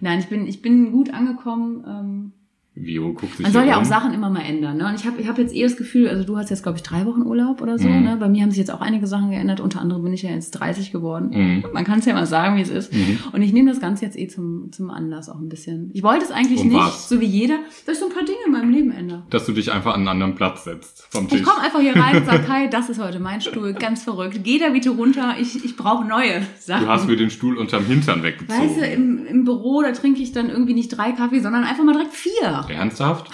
B: Nein, ich bin, ich bin gut angekommen. Ähm,
C: Vio guckt sich
B: Man soll
C: hier
B: ja auch
C: um.
B: Sachen immer mal ändern. Ne? Und ich habe ich hab jetzt eh das Gefühl, also du hast jetzt, glaube ich, drei Wochen Urlaub oder so.
C: Mhm.
B: Ne? Bei mir haben sich jetzt auch einige Sachen geändert. Unter anderem bin ich ja jetzt 30 geworden.
C: Mhm.
B: Man kann es ja mal sagen, wie es ist.
C: Mhm.
B: Und ich nehme das Ganze jetzt eh zum, zum Anlass auch ein bisschen. Ich wollte es eigentlich
C: Um
B: nicht,
C: was?
B: so wie jeder, dass ich so ein paar Dinge in meinem Leben ändere.
C: Dass du dich einfach an einen anderen Platz setzt vom Tisch.
B: Ich komme einfach hier rein und sage, Kai, das ist heute mein Stuhl, ganz verrückt. Geh da bitte runter, ich, ich brauche neue Sachen.
C: Du hast mir den Stuhl unterm Hintern weggezogen.
B: Weißt du, im, im Büro, da trinke ich dann irgendwie nicht drei Kaffee, sondern einfach mal direkt vier.
C: Ernsthaft?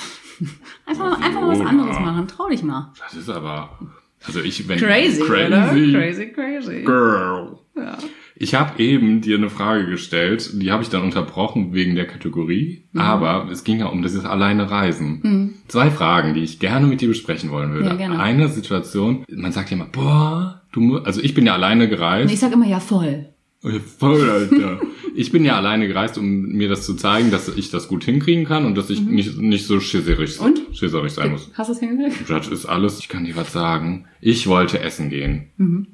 B: Einfach mal, einfach mal was
C: Corona.
B: anderes machen. Trau dich mal.
C: Das ist aber. Also ich, wenn
B: Crazy,
C: crazy
B: oder? Crazy, crazy.
C: Girl.
B: Ja.
C: Ich habe eben dir eine Frage gestellt, die habe ich dann unterbrochen wegen der Kategorie,
B: Mhm.
C: aber es ging ja um dieses alleine Reisen. Zwei Fragen, die ich gerne mit dir besprechen wollen würde.
B: Ja, gerne.
C: Eine Situation, man sagt ja immer, boah, du musst, also ich bin ja alleine gereist. Oh,
B: Und ich sag immer, ja, voll.
C: Ja, Voll, Alter. Ich bin ja alleine gereist, um mir das zu zeigen, dass ich das gut hinkriegen kann und dass ich nicht, nicht so schisserig,
B: Mhm. Und?
C: schisserig sein muss.
B: Hast du es hingekriegt?
C: Das ist alles, ich kann dir was sagen. Ich wollte essen gehen.
B: Mhm.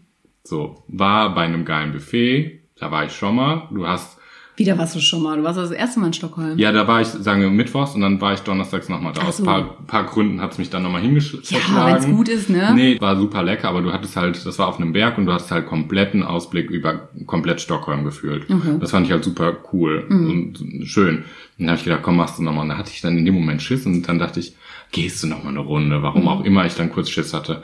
C: So, war bei einem geilen Buffet, da war ich schon mal. Du hast,
B: Wieder warst du schon mal. Du warst das erste Mal in Stockholm.
C: ja, da war ich, sagen wir, mittwochs und dann war ich donnerstags nochmal da.
B: Ach
C: Aus
B: so.
C: paar, paar Gründen hat's mich dann nochmal hingeschlagen.
B: Ja, wenn's gut ist, ne?
C: Nee, war super lecker, aber du hattest halt, das war auf einem Berg und du hattest halt kompletten Ausblick über komplett Stockholm gefühlt.
B: Okay.
C: Das fand ich halt super cool
B: Mhm.
C: und schön. Und dann habe ich gedacht, komm, machst du nochmal. Und da hatte ich dann in dem Moment Schiss und dann dachte ich, gehst du nochmal eine Runde, warum
B: Mhm.
C: auch immer ich dann kurz Schiss hatte.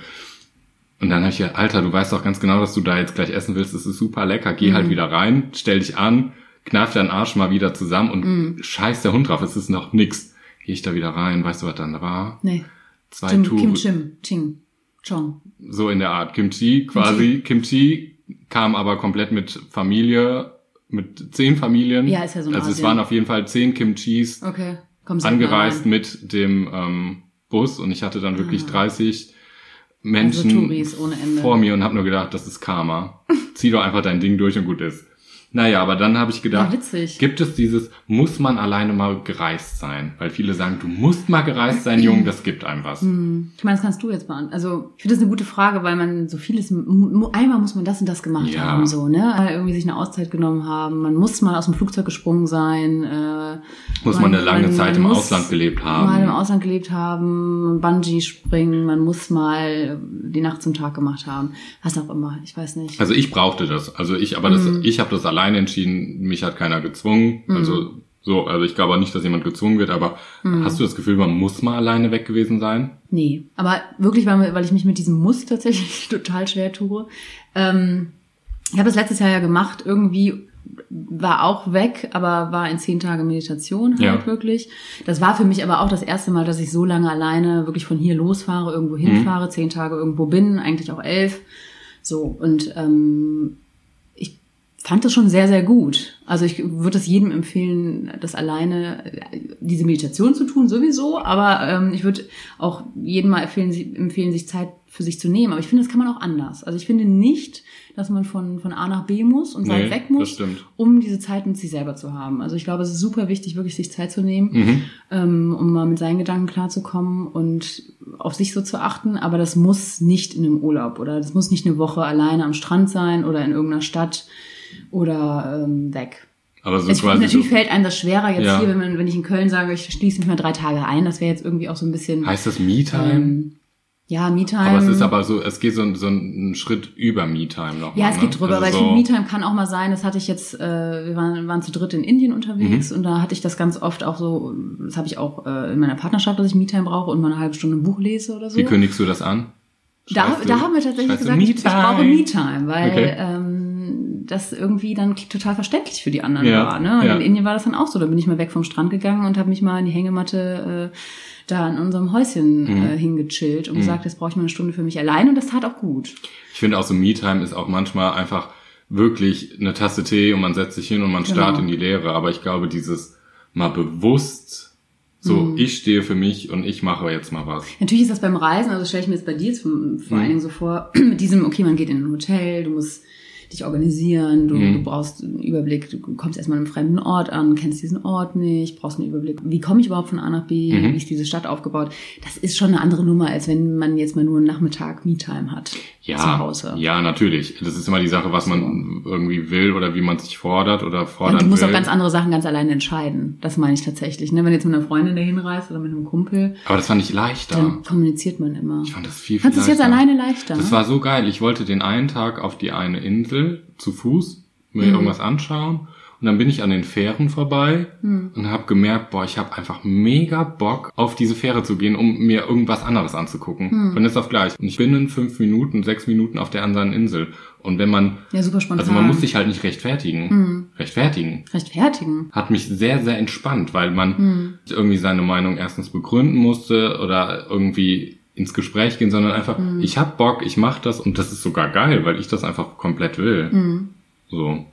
C: Und dann habe ich gedacht, Alter, du weißt doch ganz genau, dass du da jetzt gleich essen willst. Es ist super lecker. Geh
B: Mhm.
C: halt wieder rein, stell dich an, kneif deinen Arsch mal wieder zusammen und
B: Mhm.
C: scheiß der Hund drauf. Es ist noch nix. Geh ich da wieder rein. Weißt du, was dann war?
B: Nee.
C: Zwei
B: Jim,
C: Touren
B: Kim Chim. Ching. Chong.
C: so in der Art. Kimchi quasi. Kimchi kam aber komplett mit Familie, mit zehn Familien.
B: Ja, ist ja so in
C: Also es
B: Asien. Oh,
C: waren auf jeden Fall zehn Kimchis
B: Okay. Komm, sag mal
C: angereist
B: rein.
C: mit dem ähm, Bus und ich hatte dann wirklich
B: Ah.
C: 30 Menschen
B: Touris ohne Ende.
C: vor mir und habe nur gedacht, das ist Karma. Zieh doch einfach dein Ding durch und gut ist. Naja, aber dann habe ich gedacht,
B: Ja, witzig.
C: gibt es dieses, muss man alleine mal gereist sein? Weil viele sagen, du musst mal gereist sein, Junge, das gibt einem was.
B: Hm, Ich meine, das kannst du jetzt beantworten. Also, ich finde das eine gute Frage, weil man so vieles, mu- mu- einmal muss man das und das gemacht
C: Ja.
B: haben, so, ne? Äh, Irgendwie sich eine Auszeit genommen haben. Man muss mal aus dem Flugzeug gesprungen sein. Äh,
C: Muss man eine lange Zeit im
B: muss
C: Ausland gelebt
B: Mal im
C: haben.
B: Ausland gelebt haben, Bungee springen, man muss mal äh, die Nacht zum Tag gemacht haben. Was auch immer, ich weiß nicht.
C: Also ich brauchte das. Also ich, aber das,
B: Mhm.
C: ich habe das alleine entschieden. Mich hat keiner gezwungen.
B: Mhm.
C: Also so, also ich glaube auch nicht, dass jemand gezwungen wird. Aber
B: Mhm.
C: hast du das Gefühl, man muss mal alleine weg gewesen sein?
B: Nee, aber wirklich, weil, weil ich mich mit diesem Muss tatsächlich total schwer tue. Ähm, ich habe das letztes Jahr ja gemacht, irgendwie war auch weg, aber war in zehn Tage Meditation halt
C: Ja.
B: wirklich. Das war für mich aber auch das erste Mal, dass ich so lange alleine wirklich von hier losfahre,
C: Mhm.
B: irgendwo hinfahre, zehn Tage irgendwo bin, eigentlich auch elf. So, und ähm, ich fand das schon sehr, sehr gut. Also ich würde es jedem empfehlen, das alleine, äh, diese Meditation zu tun sowieso, aber ähm, ich würde auch jedem mal empfehlen, sie- empfehlen, sich Zeit für sich zu nehmen. Aber ich finde, das kann man auch anders. Also ich finde nicht, dass man von, von A nach B muss und weit
C: Nee,
B: weg
C: das
B: muss,
C: stimmt.
B: um diese Zeit mit sich selber zu haben. Also ich glaube, es ist super wichtig, wirklich sich Zeit zu nehmen
C: Mhm.
B: ähm, um mal mit seinen Gedanken klarzukommen und auf sich so zu achten. Aber das muss nicht in einem Urlaub oder das muss nicht eine Woche alleine am Strand sein oder in irgendeiner Stadt oder ähm, weg.
C: Aber so
B: Es,
C: Also quasi.
B: natürlich
C: So,
B: fällt einem das schwerer jetzt
C: Ja.
B: hier, wenn, man, wenn ich in Köln sage, ich schließe mich mal drei Tage ein. Das wäre jetzt irgendwie auch so ein bisschen.
C: heißt das Me-Time?
B: ähm, ja, Me-Time.
C: Aber es ist aber so, es geht so, ein- so einen Schritt über Me-Time nochmal.
B: Ja, es geht drüber,
C: ne?
B: weil ich
C: so,
B: finde, Me-Time kann auch mal sein, das hatte ich jetzt, äh, wir waren, waren zu dritt in Indien unterwegs
C: Mhm.
B: und da hatte ich das ganz oft auch so, das habe ich auch äh, in meiner Partnerschaft, dass ich Me-Time brauche und mal eine halbe Stunde ein Buch lese oder so.
C: Wie kündigst du das an?
B: Da,
C: Schreibst du-
B: da haben wir tatsächlich
C: schreibst du
B: gesagt, ich, ich
C: Me-Time?
B: brauche Me-Time, weil
C: Okay.
B: ähm, das irgendwie dann total verständlich für die anderen
C: Ja,
B: war. Ne? Und
C: ja.
B: in Indien war das dann auch so. Da bin ich mal weg vom Strand gegangen und habe mich mal in die Hängematte äh, da in unserem Häuschen
C: Mhm.
B: äh, hingechillt und gesagt, jetzt brauche ich mal eine Stunde für mich allein und das tat auch gut.
C: Ich finde auch so Me-Time ist auch manchmal einfach wirklich eine Tasse Tee und man setzt sich hin und man
B: Genau.
C: starrt in die Leere. Aber ich glaube, dieses mal bewusst, so
B: Mhm.
C: ich stehe für mich und ich mache jetzt mal was.
B: Natürlich ist das beim Reisen, also stelle ich mir jetzt bei dir jetzt vom,
C: Mhm.
B: vor allen Dingen so vor, mit diesem, okay, man geht in ein Hotel, du musst dich organisieren, du,
C: Mhm.
B: du brauchst einen Überblick, du kommst erstmal an einem fremden Ort an, kennst diesen Ort nicht, brauchst einen Überblick, wie komme ich überhaupt von A nach B,
C: Mhm.
B: wie ist diese Stadt aufgebaut. Das ist schon eine andere Nummer, als wenn man jetzt mal nur einen Nachmittag Me-Time hat
C: Ja,
B: zu Hause.
C: ja, natürlich. Das ist immer die Sache, was man irgendwie will oder wie man sich fordert oder
B: Und
C: fordern
B: du musst
C: will.
B: auch ganz andere Sachen ganz alleine entscheiden. Das meine ich tatsächlich. Ne? Wenn du jetzt mit einer Freundin dahin reist oder mit einem Kumpel,
C: Aber das fand ich leichter.
B: dann kommuniziert man immer.
C: Ich fand das viel, viel
B: Fandst du es jetzt
C: leichter.
B: alleine leichter?
C: Das war so geil. Ich wollte den einen Tag auf die eine Insel zu Fuß mir
B: Mhm.
C: irgendwas anschauen und dann bin ich an den Fähren vorbei
B: Mhm.
C: und habe gemerkt, boah, ich habe einfach mega Bock auf diese Fähre zu gehen, um mir irgendwas anderes anzugucken.
B: Mhm.
C: Von jetzt auf gleich. Und ich bin in fünf Minuten, sechs Minuten auf der anderen Insel. Und wenn man,
B: ja, super spontan.
C: also man muss sich halt nicht rechtfertigen.
B: Mhm.
C: Rechtfertigen
B: rechtfertigen.
C: hat mich sehr, sehr entspannt, weil man irgendwie seine Meinung erstens begründen musste oder irgendwie ins Gespräch gehen, sondern einfach, ich hab Bock, ich mach das und das ist sogar geil, weil ich das einfach komplett will. So,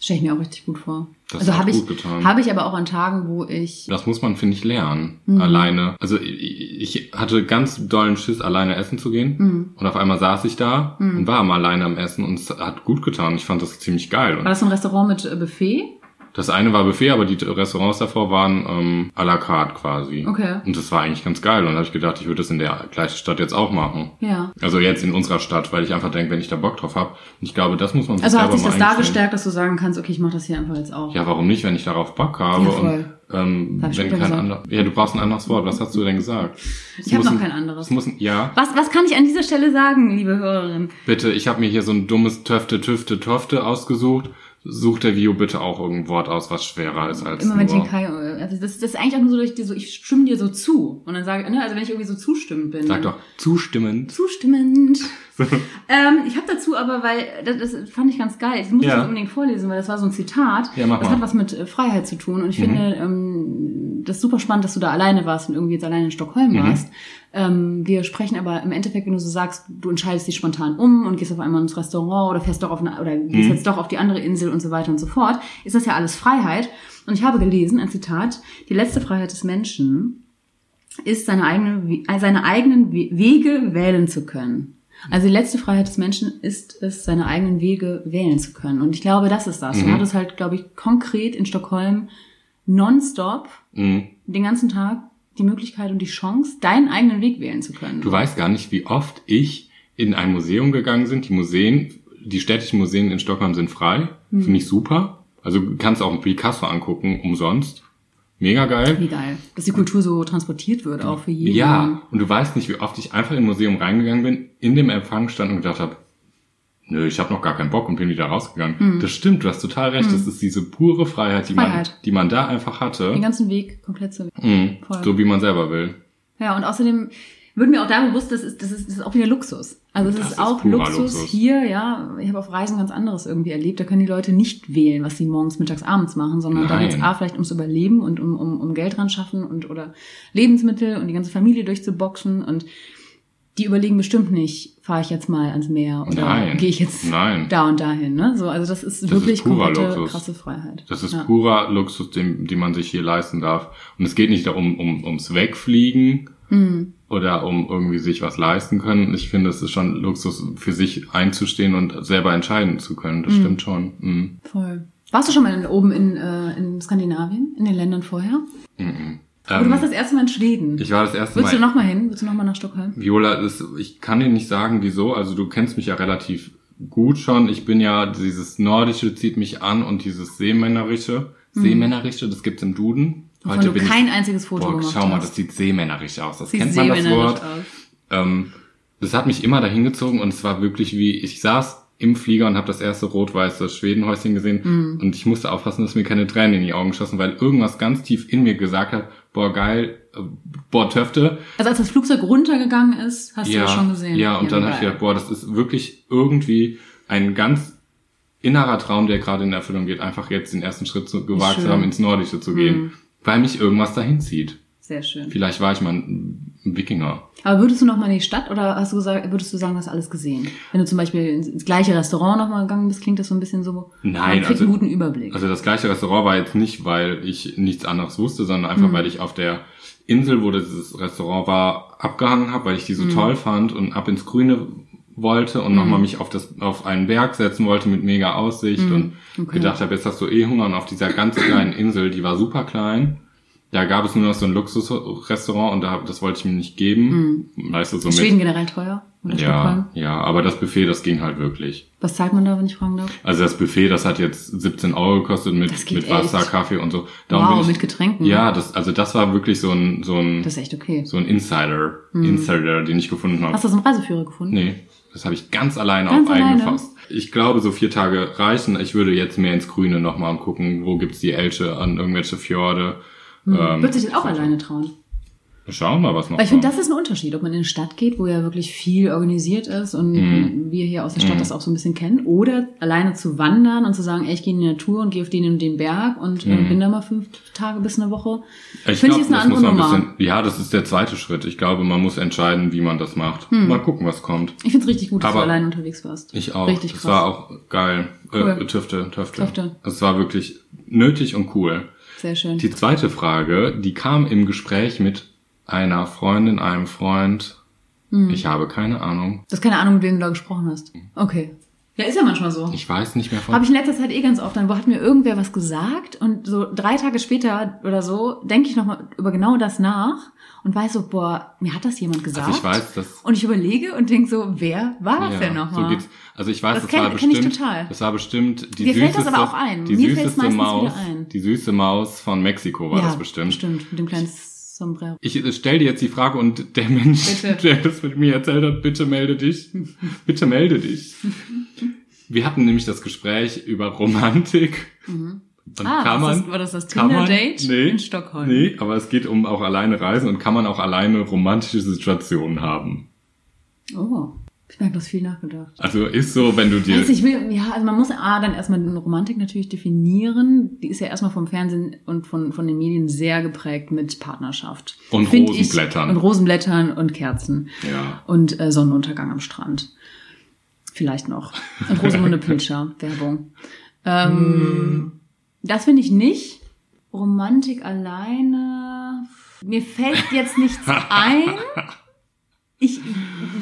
B: Stelle ich mir auch richtig gut vor.
C: Das
B: also
C: hat
B: habe ich,
C: gut getan.
B: habe ich aber auch an Tagen, wo ich.
C: das muss man, finde ich, lernen. Alleine. Also ich ich hatte ganz dollen Schiss, alleine essen zu gehen. Und auf einmal saß ich da und war mal alleine am Essen und es hat gut getan. Ich fand das ziemlich geil.
B: War
C: Und
B: das so ein Restaurant mit äh, Buffet?
C: das eine war Buffet, aber die Restaurants davor waren ähm, à la carte quasi.
B: Okay.
C: Und das war eigentlich ganz geil. Und dann habe ich gedacht, ich würde das in der gleichen Stadt jetzt auch machen.
B: Ja.
C: Also jetzt in unserer Stadt, weil ich einfach denke, wenn ich da Bock drauf habe. Und ich glaube, das muss man sich
B: Also hat
C: selber
B: sich das
C: mal
B: da
C: eingestehen.
B: gestärkt, dass du sagen kannst, okay, ich mache das hier einfach jetzt auch.
C: Ja, warum nicht, wenn ich darauf Bock habe?
B: Ja, voll.
C: Und, ähm,
B: Das hab
C: wenn
B: ich schon
C: kein
B: gesagt.
C: ander, ja, du brauchst ein anderes Wort. Was hast du denn gesagt? Es
B: hab
C: muss
B: noch
C: ein-
B: kein anderes.
C: Es muss ein, ja,
B: Was, was kann ich an dieser Stelle sagen, liebe Hörerin?
C: bitte, ich habe mir hier so ein dummes Töfte, Tüfte, Tofte ausgesucht. Such der Vio bitte auch irgendein Wort aus, was schwerer ist als
B: Immer wenn ich
C: nur.
B: den Kai, äh, also das, das ist eigentlich auch nur so, dass ich dir so, ich stimme dir so zu. Und dann sage ich, ne, also wenn ich irgendwie so zustimmend bin.
C: Sag
B: dann-
C: doch, zustimmend.
B: Zustimmend. ähm, ich habe dazu aber, weil das, das fand ich ganz geil. Ich muss
C: Ja.
B: das unbedingt vorlesen, weil das war so ein Zitat.
C: Ja, mach
B: das
C: mal. Mhm.
B: hat was mit äh, Freiheit zu tun und ich finde ähm, das super spannend, dass du da alleine warst und irgendwie jetzt alleine in Stockholm
C: Mhm.
B: warst. Ähm, wir sprechen aber im Endeffekt, wenn du so sagst, du entscheidest dich spontan um und gehst auf einmal ins Restaurant oder fährst doch auf eine, oder gehst
C: Mhm.
B: jetzt doch auf die andere Insel und so weiter und so fort, ist das ja alles Freiheit. Und ich habe gelesen, ein Zitat, die letzte Freiheit des äh, Menschen ist, seine, eigene, seine eigenen We- Wege wählen zu können. Also die letzte Freiheit des Menschen ist es, seine eigenen Wege wählen zu können. Und ich glaube, das ist das. Du
C: Mhm.
B: hattest halt, glaube ich, konkret in Stockholm nonstop
C: Mhm.
B: den ganzen Tag die Möglichkeit und die Chance, deinen eigenen Weg wählen zu können.
C: Du weißt gar nicht, wie oft ich in ein Museum gegangen sind. Die Museen, die städtischen Museen in Stockholm sind frei.
B: Hm.
C: Finde ich super. Also du kannst auch Picasso angucken, umsonst. Mega geil.
B: Wie geil. Dass die Kultur so transportiert wird, auch für jeden.
C: Ja, und du weißt nicht, wie oft ich einfach im Museum reingegangen bin, in dem Empfang stand und gedacht habe, nö, ich habe noch gar keinen Bock und bin wieder rausgegangen. Das stimmt, du hast total recht. Das ist diese pure Freiheit, die, Man,
B: Hm. Freiheit.
C: die man da einfach
B: Den
C: hatte.
B: ganzen Weg komplett zu
C: Mhm.
B: Voll.
C: So wie man selber will.
B: Ja, und außerdem wird mir auch da bewusst, das ist, das ist, das ist auch wieder Luxus. Also es
C: Das
B: ist,
C: ist
B: auch
C: purer
B: Luxus,
C: Luxus.
B: hier, ja. Ich habe auf Reisen ganz anderes irgendwie erlebt. Da können die Leute nicht wählen, was sie morgens, mittags, abends machen, sondern da
C: Nein.
B: geht es A vielleicht ums Überleben und um, um, um Geld ran schaffen und oder Lebensmittel und die ganze Familie durchzuboxen und die überlegen bestimmt nicht, fahre ich jetzt mal ans Meer oder
C: Nein.
B: gehe ich jetzt
C: Nein.
B: da und dahin. Ne? So, also das ist
C: ist
B: wirklich
C: purer
B: komplette
C: Luxus.
B: krasse Freiheit.
C: Das ist
B: ja.
C: purer Luxus, den, den man sich hier leisten darf. Und es geht nicht darum, um, ums Wegfliegen
B: Mhm.
C: oder um irgendwie sich was leisten können. Ich finde, es ist schon Luxus, für sich einzustehen und selber entscheiden zu können. Das stimmt schon. Mhm.
B: Voll. Warst du schon mal in, oben in, äh, in Skandinavien, in den Ländern vorher? Aber du warst das erste Mal in Schweden.
C: Ähm, Ich war das erste
B: Willst
C: Mal.
B: du nochmal hin? Willst du nochmal nach Stockholm?
C: Viola, das, ich kann dir nicht sagen, wieso. Also du kennst mich ja relativ gut schon. Ich bin ja, dieses Nordische zieht mich an und dieses Seemännerische. Seemännerische, das gibt's im Duden.
B: Wovon Mhm. du kein einziges Foto
C: Boah,
B: gemacht
C: schau mal,
B: hast.
C: das sieht seemännerisch aus. Das
B: Sieht
C: kennt man das
B: seemännerisch
C: Wort.
B: aus.
C: Ähm, das hat mich immer dahin gezogen und es war wirklich wie, ich saß im Flieger und habe das erste rot-weiße Schwedenhäuschen gesehen
B: Mhm.
C: und ich musste aufpassen, dass mir keine Tränen in die Augen schossen, weil irgendwas ganz tief in mir gesagt hat, boah geil, äh, boah Töfte.
B: Also als das Flugzeug runtergegangen ist, hast du
C: ja,
B: das schon gesehen.
C: ja, und dann habe ich
B: geil.
C: gedacht, boah, das ist wirklich irgendwie ein ganz innerer Traum, der gerade in Erfüllung geht, einfach jetzt den ersten Schritt zu, gewagt zu
B: schön. Mhm.
C: haben, ins Nordische zu gehen, weil mich irgendwas dahin zieht.
B: Sehr schön.
C: Vielleicht war ich mal ein ein Wikinger.
B: Aber würdest du nochmal in die Stadt oder hast du gesagt, würdest du sagen, du hast alles gesehen? Wenn du zum Beispiel ins, ins gleiche Restaurant nochmal gegangen bist, klingt das so ein bisschen so,
C: Nein,
B: man kriegt
C: also-
B: einen guten Überblick.
C: Also das gleiche Restaurant war jetzt nicht, weil ich nichts anderes wusste, sondern
B: Mhm.
C: einfach, weil ich auf der Insel, wo dieses Restaurant war, abgehangen habe, weil ich
B: Mhm.
C: die so toll fand und ab ins Grüne wollte und nochmal mich auf das auf einen Berg setzen wollte mit mega Aussicht und
B: Mhm. okay.
C: gedacht habe, jetzt hast du eh Hunger und auf dieser ganz kleinen Insel, die war super klein. Da gab es nur noch so ein Luxusrestaurant und da, hab- das wollte ich mir nicht geben. Weißt du, so
B: Mhm. Ist Schweden generell teuer? Oder
C: mit.
B: Stockholm?
C: Ja, ja, aber das Buffet, das ging halt wirklich.
B: Was zahlt man da, wenn ich fragen darf?
C: Also das Buffet, das hat jetzt 17 Euro gekostet mit,
B: Das geht
C: mit Wasser,
B: echt.
C: Kaffee und so.
B: wow,
C: bin ich,
B: mit Getränken.
C: Ja, das, also das war wirklich so ein, so ein,
B: Das Hm. ist echt okay.
C: so ein Insider, Insider, den ich gefunden habe.
B: Hast du das im Reiseführer gefunden?
C: Nee, das habe ich ganz alleine
B: Ganz
C: auf eigene
B: alleine?
C: Faust. Ich glaube, so vier Tage reichen. Ich würde jetzt mehr ins Grüne nochmal und gucken, wo gibt's die Elche an irgendwelche Fjorde. Ähm,
B: Würdest du dich auch alleine trauen?
C: Schauen wir mal, was noch
B: Weil ich finde,
C: kommt.
B: das ist ein Unterschied, ob man in eine Stadt geht, wo ja wirklich viel organisiert ist und
C: Mhm.
B: wir hier aus der Stadt das auch so ein bisschen kennen, oder alleine zu wandern und zu sagen, ey, ich gehe in die Natur und gehe auf den und den Berg und äh, bin da mal fünf Tage bis eine Woche.
C: Mhm. Ich glaub,
B: Finde ich ist eine
C: das muss man
B: andere
C: ein
B: Nummer.
C: bisschen- Ja, das ist der zweite Schritt. Ich glaube, man muss entscheiden, wie man das macht.
B: Hm.
C: Mal gucken, was kommt.
B: ich finde es richtig gut, dass
C: Aber
B: du allein unterwegs warst.
C: Ich auch.
B: Richtig
C: das
B: krass.
C: war auch geil. Äh,
B: Cool.
C: Tüfte, Töfte.
B: Töfte.
C: Es war wirklich nötig und cool.
B: Sehr schön.
C: Die zweite Frage, die kam im Gespräch mit einer Freundin, einem Freund.
B: Hm.
C: Ich habe keine Ahnung.
B: Du hast keine Ahnung, mit wem du da gesprochen hast. Okay. Ja, ist ja manchmal so.
C: Mhm. Ich weiß nicht mehr von.
B: Habe ich in letzter Zeit eh ganz oft. Dann hat mir irgendwer was gesagt und so drei Tage später oder so denke ich nochmal über genau das nach und weiß so, boah, mir hat das jemand gesagt.
C: also ich weiß, dass.
B: Und ich überlege und denke so, wer war das
C: ja,
B: denn
C: so
B: nochmal?
C: geht's. Also ich weiß,
B: Das
C: das,
B: kenn-
C: war
B: kenn
C: bestimmt.
B: ich total.
C: Das war bestimmt die
B: Mir
C: süßeste.
B: fällt das aber auch ein.
C: Die
B: Mir fällt's
C: süßeste
B: meistens wieder
C: Maus.
B: ein.
C: Die süße Maus von Mexiko war
B: ja,
C: das bestimmt.
B: Stimmt, mit dem kleinen Sombrero.
C: Ich äh, stell dir jetzt die Frage und der Mensch,
B: Bitte.
C: der das mit mir erzählt hat, bitte melde dich. Bitte melde dich. Wir hatten nämlich das Gespräch über Romantik. Und
B: Ah,
C: kann
B: was
C: man,
B: ist- war das das
C: kann man-
B: Tinder-Date
C: nee,
B: in Stockholm?
C: Nee, aber es geht um auch alleine reisen und kann man auch alleine romantische Situationen haben.
B: Oh, ich merke, du hast viel nachgedacht.
C: Also ist so, wenn du dir...
B: Weiß ich will, ja, also man muss A, dann erstmal eine Romantik natürlich definieren. Die ist ja erstmal vom Fernsehen und von, von den Medien sehr geprägt mit Partnerschaft.
C: Und
B: Find
C: Rosenblättern.
B: Ich, und Rosenblättern und Kerzen.
C: Ja.
B: Und äh, Sonnenuntergang am Strand. Vielleicht noch. Und Rosamunde Pilcher, Werbung. Ähm,
C: Hm.
B: Das finde ich nicht. Romantik alleine. Mir fällt jetzt nichts ein. Ich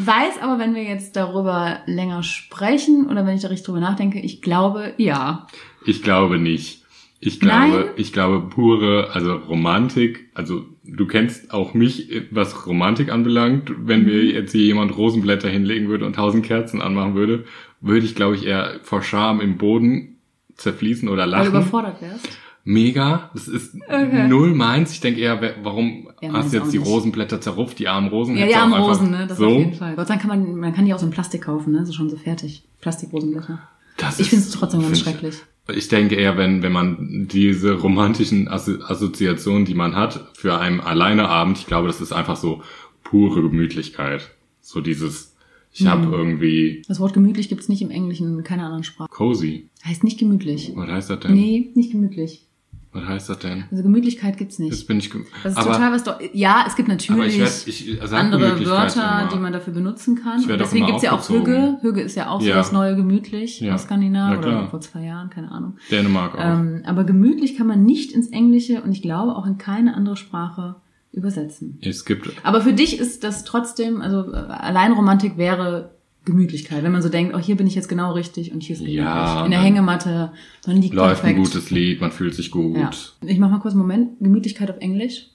B: weiß aber, wenn wir jetzt darüber länger sprechen oder wenn ich da richtig drüber nachdenke, ich glaube, ja.
C: Ich glaube nicht. Ich glaube,
B: Nein?
C: ich glaube pure, also Romantik, also du kennst auch mich, was Romantik anbelangt, wenn
B: Mhm.
C: mir jetzt hier jemand Rosenblätter hinlegen würde und tausend Kerzen anmachen würde, würde ich glaube ich eher vor Scham im Boden zerfließen oder
B: Weil du
C: lachen.
B: überfordert wärst.
C: Mega, das ist
B: Okay.
C: null meins. Ich denke eher, wer- warum
B: Ja, meins
C: hast du
B: auch
C: jetzt die
B: nicht.
C: Rosenblätter zerrupft, die armen Rosen?
B: Ja,
C: Hättest
B: die
C: du auch
B: armen
C: einfach
B: Rosen, ne? Das
C: so,
B: auf jeden Fall. Gott sei Dank kann man, man kann die aus dem Plastik kaufen, ne? So schon so fertig. Plastikrosenblätter.
C: Das
B: Ich
C: ist-
B: finde es trotzdem ganz
C: find ich-
B: schrecklich.
C: Ich denke eher, wenn, wenn man diese romantischen Asso- Assoziationen, die man hat, für einen alleine Abend, ich glaube, das ist einfach so pure Gemütlichkeit. So dieses, ich hab
B: Mhm.
C: habe irgendwie
B: Das Wort gemütlich gibt's nicht im Englischen, in keiner anderen Sprache.
C: cozy.
B: Heißt nicht gemütlich.
C: Was heißt das denn?
B: Nee, nicht gemütlich.
C: Was heißt das denn?
B: Also Gemütlichkeit gibt's
C: Jetzt
B: nicht.
C: bin ich, ge-
B: Das ist
C: aber,
B: total was. Do ja, es gibt
C: aber ich
B: natürlich
C: werd, ich sag
B: andere
C: Gemütlichkeit
B: Wörter,
C: immer.
B: die man dafür benutzen kann.
C: Ich
B: Und
C: werd auch
B: deswegen
C: immer
B: gibt's ja auch
C: aufgezogen.
B: Hüge. Hüge ist ja auch so
C: Ja.
B: das neue Gemütlich
C: Ja.
B: aus Skandinavien
C: Na klar.
B: oder vor zwei Jahren, keine Ahnung.
C: Dänemark auch.
B: Ähm, aber gemütlich kann man nicht ins Englische und ich glaube auch in keine andere Sprache übersetzen.
C: es gibt,
B: Aber für dich ist das trotzdem, also äh, allein Romantik wäre Gemütlichkeit, wenn man so denkt, oh, hier bin ich jetzt genau richtig und hier ist gemütlich.
C: Ja,
B: In der
C: ne.
B: Hängematte, man liegt
C: läuft ein
B: perfekt.
C: gutes Lied, man fühlt sich gut.
B: ja. Ich mach mal kurz einen Moment. Gemütlichkeit auf Englisch.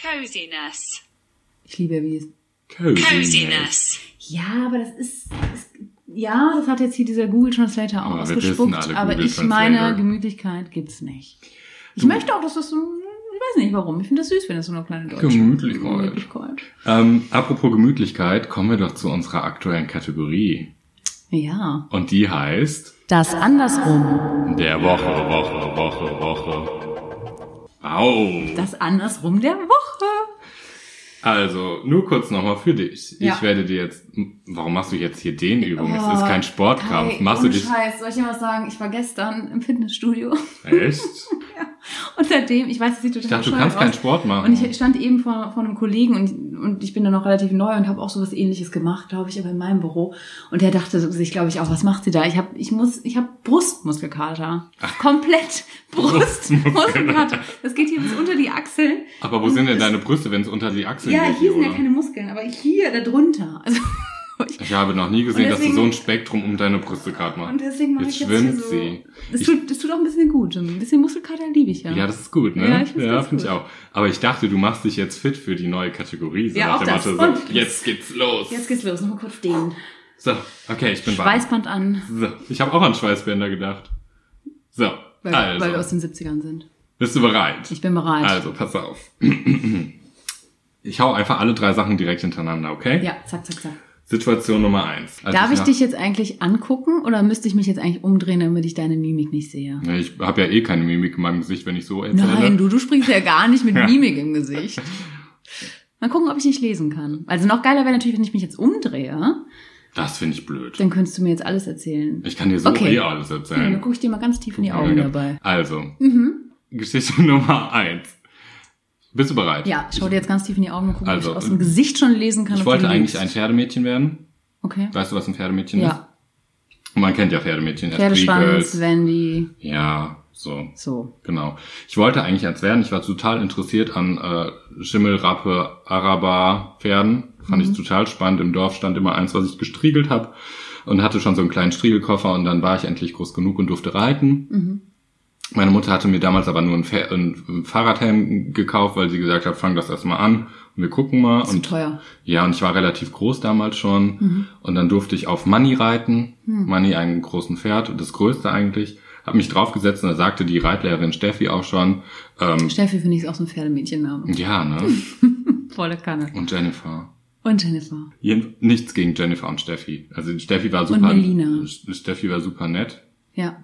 D: Coziness.
B: Ich liebe ja, wie es.
D: Coziness.
B: Ja, aber das ist, das, ja, das hat jetzt hier dieser Google Translator auch
C: Aber wir wissen
B: ausgespuckt.
C: alle
B: Aber
C: Google
B: ich meine,
C: Translator.
B: Gemütlichkeit gibt's nicht. Ich
C: Du-
B: möchte auch, dass das so, ich weiß nicht warum. Ich finde das süß, wenn das so eine kleine deutsche
C: Gemütlichkeit.
B: Gemütlichkeit.
C: Ähm, apropos Gemütlichkeit, kommen wir doch zu unserer aktuellen Kategorie.
B: Ja.
C: Und die heißt
B: Das andersrum.
C: Der Woche, Woche, Woche, Woche. Wow.
B: Das andersrum der Woche.
C: Also, nur kurz nochmal für dich.
B: Ja.
C: Ich werde dir jetzt. Warum machst du jetzt hier den Übung?
B: Oh,
C: es ist kein Sportkampf.
B: Kai,
C: machst du
B: ohne
C: dich.
B: Scheiß, soll ich dir was sagen? Ich war gestern im Fitnessstudio
C: Echt?
B: und seitdem, ich weiß, das sieht total
C: Ich dachte, du
B: bescheuert
C: kannst
B: aus.
C: keinen Sport machen.
B: Und ich stand eben vor, vor einem Kollegen und, und ich bin da noch relativ neu und habe auch sowas ähnliches gemacht, glaube ich, aber in meinem Büro. Und der dachte so sich, glaube ich, auch, was macht sie da? Ich habe ich muss, ich hab Brustmuskelkater. Komplett Brustmuskelkater. Das geht hier bis unter die Achseln.
C: Aber wo sind denn deine Brüste, wenn es unter die Achseln
B: Ja,
C: geht?
B: hier sind ja
C: Lola?
B: keine Muskeln, aber hier, da drunter. Also,
C: ich habe noch nie gesehen,
B: Und
C: dass du so
B: deswegen-
C: ein Spektrum um deine Brüste gerade machst.
B: und deswegen mache
C: Jetzt
B: ich jetzt
C: schwimmt
B: hier so.
C: sie.
B: Das
C: Ich-
B: tut, das tut auch ein bisschen gut. Ein bisschen Muskelkater liebe ich ja.
C: Ja, das ist gut, ne?
B: Ja, ich find's ganz
C: finde ich
B: gut.
C: auch. Aber ich dachte, du machst dich jetzt fit für die neue Kategorie. So
B: Ja,
C: nach
B: auch
C: der
B: das.
C: Matte,
B: Und-
C: so, jetzt geht's los.
B: Jetzt geht's los, nochmal kurz den.
C: So, okay, ich bin bereit.
B: Schweißband an,
C: So, ich habe auch an Schweißbänder gedacht. So,
B: weil,
C: also,
B: weil wir aus den 70ern sind.
C: bist du bereit?
B: Ich bin bereit.
C: Also, pass auf. Ich hau einfach alle drei Sachen direkt hintereinander, okay?
B: Ja, zack, zack, zack.
C: Situation Nummer eins. Als
B: Darf ich
C: nach-
B: dich jetzt eigentlich angucken oder müsste ich mich jetzt eigentlich umdrehen, damit ich deine Mimik nicht sehe?
C: Ja, Ich habe ja eh keine Mimik in meinem Gesicht, wenn ich so erzähle.
B: Nein, du, du springst ja gar nicht mit Mimik im Gesicht. Mal gucken, ob ich nicht lesen kann. Also noch geiler wäre natürlich, wenn ich mich jetzt umdrehe,
C: Das finde ich blöd.
B: dann könntest du mir jetzt alles erzählen.
C: Ich kann dir so
B: Okay.
C: eh alles
B: Ja,
C: erzählen.
B: dann gucke ich dir mal ganz tief in die
C: Ja,
B: Augen
C: ja.
B: dabei. Mhm.
C: Also, Geschichte Nummer eins. Bist du bereit?
B: Ja, ich schau dir jetzt ganz tief in die Augen und gucke,
C: Also,
B: ob ich aus dem Gesicht schon lesen kann.
C: Ich
B: ob
C: wollte
B: du
C: eigentlich ein
B: lügst.
C: Pferdemädchen werden.
B: Okay.
C: Weißt du, was ein Pferdemädchen ist?
B: Ja,
C: Und man kennt ja Pferdemädchen. als
B: Pferdeschwanz,
C: Beagles.
B: Wendy,
C: Ja, so,
B: so.
C: genau. Ich wollte eigentlich eins werden. Ich war total interessiert an äh, Schimmel, Rappe, Araber, Pferden. Fand ich total spannend. Im Dorf stand immer eins, was ich gestriegelt habe. Und hatte schon so einen kleinen Striegelkoffer. Und dann war ich endlich groß genug und durfte reiten. Meine Mutter hatte mir damals aber nur ein, Pfer- ein Fahrradhelm gekauft, weil sie gesagt hat, fang das erstmal an. Und wir gucken mal.
B: Zu
C: und
B: teuer.
C: Ja, und ich war relativ groß damals schon.
B: Mhm.
C: Und dann durfte ich auf Manny reiten.
B: Hm.
C: Manny, einen großen Pferd, das größte eigentlich. Hab mich draufgesetzt und da sagte die Reitlehrerin Steffi auch schon, ähm,
B: Steffi finde ich auch so ein Pferdemädchenname.
C: ja, ne?
B: Hm. Volle Kanne.
C: Und Jennifer.
B: Und Jennifer.
C: Jeden- Nichts gegen Jennifer und Steffi. Also Steffi war super.
B: Melina.
C: Steffi war super nett.
B: Ja.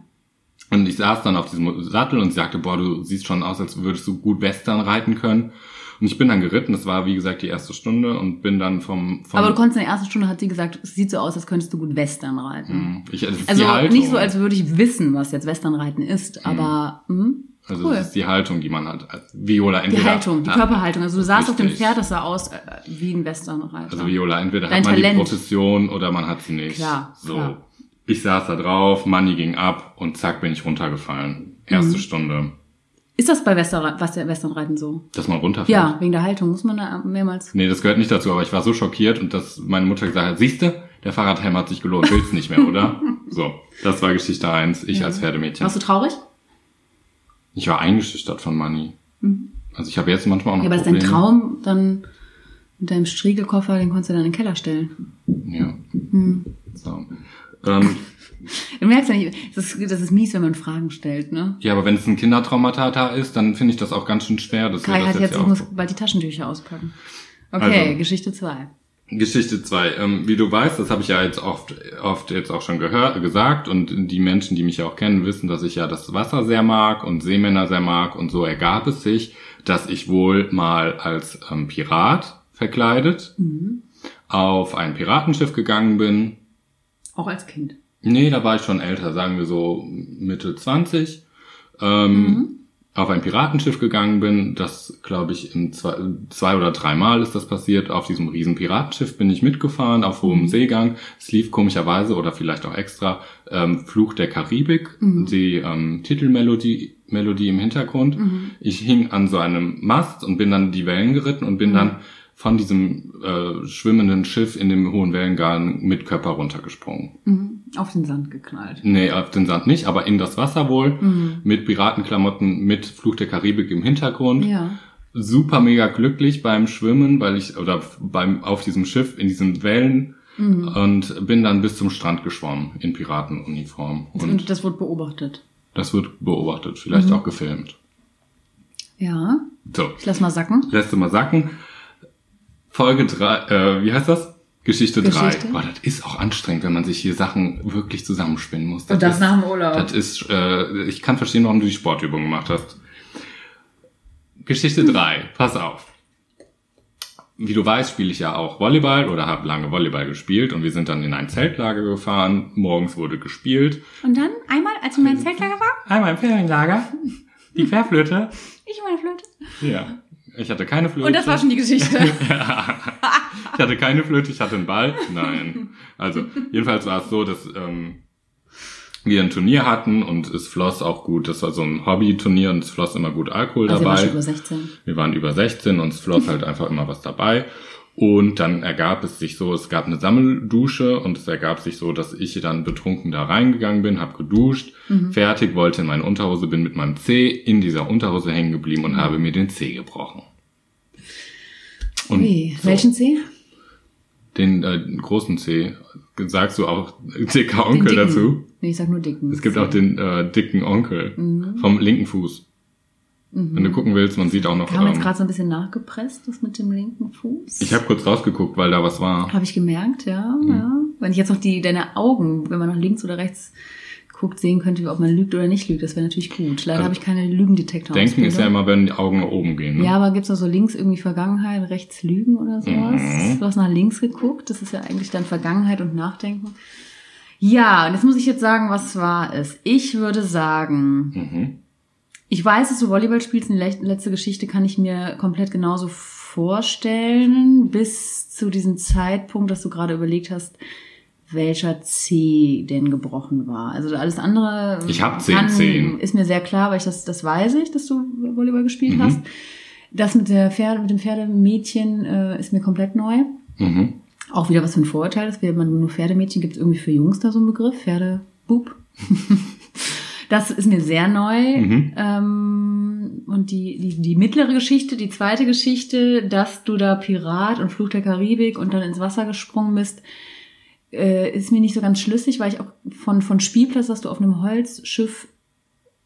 C: Und ich saß dann auf diesem Sattel und sie sagte, boah, du siehst schon aus, als würdest du gut Western reiten können. Und ich bin dann geritten, das war wie gesagt die erste Stunde und bin dann vom... vom
B: Aber du konntest in der ersten Stunde, hat sie gesagt, es sieht so aus, als könntest du gut Western reiten.
C: ich, das ist
B: Also
C: Mhm. die Haltung. Mhm.
B: nicht so, als würde ich wissen, was jetzt Westernreiten ist, aber hm,
C: Also
B: cool.
C: das ist die Haltung, die man hat. Also Viola
B: die
C: entweder... Ah,
B: Haltung, die Körperhaltung. Also du saßt auf dem
C: Richtig.
B: Pferd, das sah aus äh, wie ein Westernreiter.
C: Also Viola, entweder
B: Dein
C: hat man
B: Talent.
C: die Profession oder man hat sie nicht.
B: Klar,
C: So.
B: klar. Mhm.
C: Ich saß da drauf, Money ging ab und zack bin ich runtergefallen. Erste Stunde.
B: Ist das bei Westerre- was- Westernreiten so?
C: Dass man runterfällt.
B: Ja, wegen der Haltung muss man da mehrmals.
C: Nee, das gehört nicht dazu, aber ich war so schockiert und dass meine Mutter gesagt hat, siehste, der Fahrradhelm hat sich gelohnt, willst nicht mehr, oder? so, das war Geschichte eins. ich als Pferdemädchen.
B: Warst du traurig?
C: Ich war eingeschüchtert von Money. Also ich habe jetzt manchmal auch noch
B: Mhm. Ja, aber ist dein
C: Probleme.
B: Traum dann mit deinem Striegelkoffer, den konntest du dann in den Keller stellen.
C: Ja.
B: Mhm.
C: So. Ähm,
B: Du merkst ja nicht, das ist, das ist mies, wenn man Fragen stellt, ne?
C: ja, aber wenn es ein Kindertraumata ist, dann finde ich das auch ganz schön schwer. Dass
B: Kai
C: wir das
B: hat jetzt, ich
C: hier
B: muss
C: aufrufen.
B: bald die Taschentücher auspacken. Okay,
C: Also.
B: Geschichte zwei.
C: Geschichte zwei. Ähm, wie du weißt, das habe ich ja jetzt oft, oft jetzt auch schon gehört, gesagt und die Menschen, die mich ja auch kennen, wissen, dass ich ja das Wasser sehr mag und Seemänner sehr mag und so ergab es sich, dass ich wohl mal als ähm, Pirat verkleidet
B: Mhm.
C: auf ein Piratenschiff gegangen bin.
B: Auch als Kind.
C: Nee, da war ich schon älter, sagen wir so Mitte 20. Ähm, Auf ein Piratenschiff gegangen bin, das glaube ich in zwei, zwei oder dreimal ist das passiert. Auf diesem riesen Piratenschiff bin ich mitgefahren, auf hohem Seegang. Es lief komischerweise oder vielleicht auch extra ähm, Fluch der Karibik, die ähm, Titelmelodie Melodie im Hintergrund. Ich hing an so einem Mast und bin dann die Wellen geritten und bin dann von diesem äh, schwimmenden Schiff in dem hohen Wellengarn mit Körper runtergesprungen.
B: Mhm. Auf den Sand geknallt.
C: Nee, auf den Sand nicht, aber in das Wasser wohl. Mit Piratenklamotten, mit Fluch der Karibik im Hintergrund.
B: Ja.
C: Super mega glücklich beim Schwimmen, weil ich, oder beim, auf diesem Schiff, in diesen Wellen. Und bin dann bis zum Strand geschwommen in Piratenuniform. Und
B: Und das wurde beobachtet.
C: das wird beobachtet, vielleicht auch gefilmt.
B: Ja.
C: So,
B: Ich lass mal sacken.
C: lässt du mal sacken. Folge drei, äh, wie heißt das? Geschichte drei.
B: Geschichte.
C: Boah, das ist auch anstrengend, wenn man sich hier Sachen wirklich zusammenspinnen muss.
B: Und das
C: ist-
B: nach dem Urlaub.
C: Das ist, äh, ich kann verstehen, warum du die Sportübung gemacht hast. Geschichte 3, pass auf. Wie du weißt, spiele ich ja auch Volleyball oder habe lange Volleyball gespielt und wir sind dann in ein Zeltlager gefahren. Morgens wurde gespielt.
B: Und dann einmal, als ich in meinem Zeltlager war,
C: Einmal im Ferienlager, die Querflöte.
B: ich und meine Flöte.
C: Ja, ich hatte keine Flöte.
B: Und das war schon die Geschichte.
C: Ich hatte keine Flöte, ich hatte einen Ball. Nein. Also, jedenfalls war es so, dass ähm, wir ein Turnier hatten und es floss auch gut. Das war so ein Hobby-Turnier und es floss immer gut Alkohol
B: Also, ihr war
C: dabei.
B: schon über 16.
C: wir waren über 16 und es floss halt einfach immer was dabei. Und dann ergab es sich so, es gab eine Sammeldusche und es ergab sich so, dass ich dann betrunken da reingegangen bin, habe geduscht,
B: Mhm.
C: fertig, wollte in meine Unterhose, bin mit meinem Zeh in dieser Unterhose hängen geblieben
B: Mhm.
C: und habe mir den Zeh gebrochen. Und
B: Ui,
C: so.
B: welchen Zeh?
C: Den äh, großen C. Sagst du auch dicker Onkel
B: dicken.
C: dazu?
B: Nee, ich sag nur dicken.
C: Es gibt auch den äh, dicken Onkel
B: Mhm.
C: vom linken Fuß. Wenn du gucken willst, man sieht auch noch.
B: Wir Mhm. haben jetzt
C: ähm,
B: gerade so ein bisschen nachgepresst, das mit dem linken Fuß.
C: ich habe kurz rausgeguckt, weil da was war.
B: Habe ich gemerkt, ja,
C: Mhm.
B: ja. Wenn ich jetzt noch die, deine Augen, wenn man nach links oder rechts guckt, sehen könnte, ob man lügt oder nicht lügt, das wäre natürlich gut. Leider
C: Also,
B: habe ich keine Lügendetektor.
C: Denken ist ja immer, wenn die Augen nach oben gehen. Ne?
B: Ja, aber gibt's noch so links irgendwie Vergangenheit, rechts Lügen oder sowas?
C: Mhm.
B: Du hast nach links geguckt, das ist ja eigentlich dann Vergangenheit und Nachdenken. Ja, und jetzt muss ich jetzt sagen, was war es? Ich würde sagen,
C: Mhm.
B: ich weiß, dass du Volleyball spielst. Eine lech- letzte Geschichte kann ich mir komplett genauso vorstellen, bis zu diesem Zeitpunkt, dass du gerade überlegt hast, welcher C denn gebrochen war. Also alles andere
C: Ich hab zehn
B: kann-
C: Zehen.
B: ist mir sehr klar, weil ich das, das weiß ich, dass du Volleyball gespielt
C: Mhm.
B: hast. Das mit, der Pferde, mit dem Pferdemädchen äh, ist mir komplett neu.
C: Mhm.
B: Auch wieder was für ein Vorurteil, dass wir immer nur Pferdemädchen gibt es irgendwie für Jungs da so einen Begriff, Pferdebub. das ist mir sehr neu.
C: Mhm.
B: Ähm, und die, die, die mittlere Geschichte, die zweite Geschichte, dass du da Pirat und Fluch der Karibik und dann ins Wasser gesprungen bist, äh, ist mir nicht so ganz schlüssig, weil ich auch von, von Spielplatz, dass du auf einem Holzschiff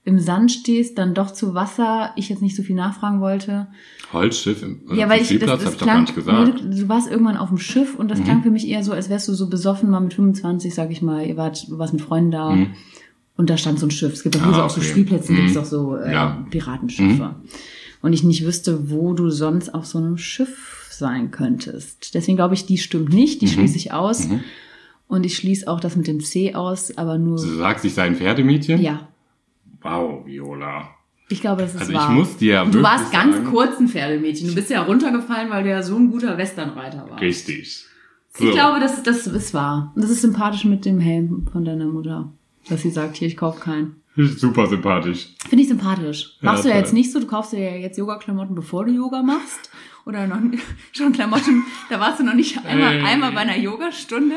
B: im Sand stehst, dann doch zu Wasser, ich jetzt nicht so viel nachfragen wollte.
C: Holzschiff im
B: Ja,
C: auf
B: weil
C: dem
B: ich, das,
C: Äh, Spielplatz
B: das
C: habe ich doch gar nicht gesagt. Mhm.
B: Du, du warst irgendwann auf dem Schiff und das klang für mich eher so, als wärst du so besoffen, mal mit 25, sag ich mal, ihr wart, du warst mit Freunden da
C: Mhm.
B: und da stand so ein Schiff. Es gibt doch hier
C: Ah,
B: so auch so
C: okay.
B: Spielplätze,
C: Mhm.
B: gibt's doch so äh,
C: Ja. Mhm.
B: Piratenschiffe. Und ich nicht wüsste, wo du sonst auf so einem Schiff sein könntest. Deswegen glaube ich, die stimmt
C: Mhm.
B: nicht, die schließe ich aus. Und ich schließe auch das mit dem C aus, aber nur,
C: Du sagst, ich sei ein Pferdemädchen?
B: ja.
C: Wow, Viola.
B: Ich glaube, das ist
C: Also ich
B: wahr.
C: muss dir ja
B: Und du
C: wirklich
B: warst ganz
C: sagen-
B: kurz ein Pferdemädchen. Du bist ja runtergefallen, weil du ja so ein guter Westernreiter warst.
C: Richtig.
B: Ich glaube, das, das ist wahr. Und das ist sympathisch mit dem Helm von deiner Mutter, dass sie sagt, hier, ich kauf keinen.
C: Super sympathisch.
B: Finde ich sympathisch.
C: Ja,
B: Machst du ja
C: toll.
B: jetzt nicht so, du kaufst dir ja jetzt Yoga-Klamotten, bevor du Yoga machst. Oder noch nicht- schon Klamotten, da warst du noch nicht einmal,
C: Ey.
B: einmal bei einer Yogastunde.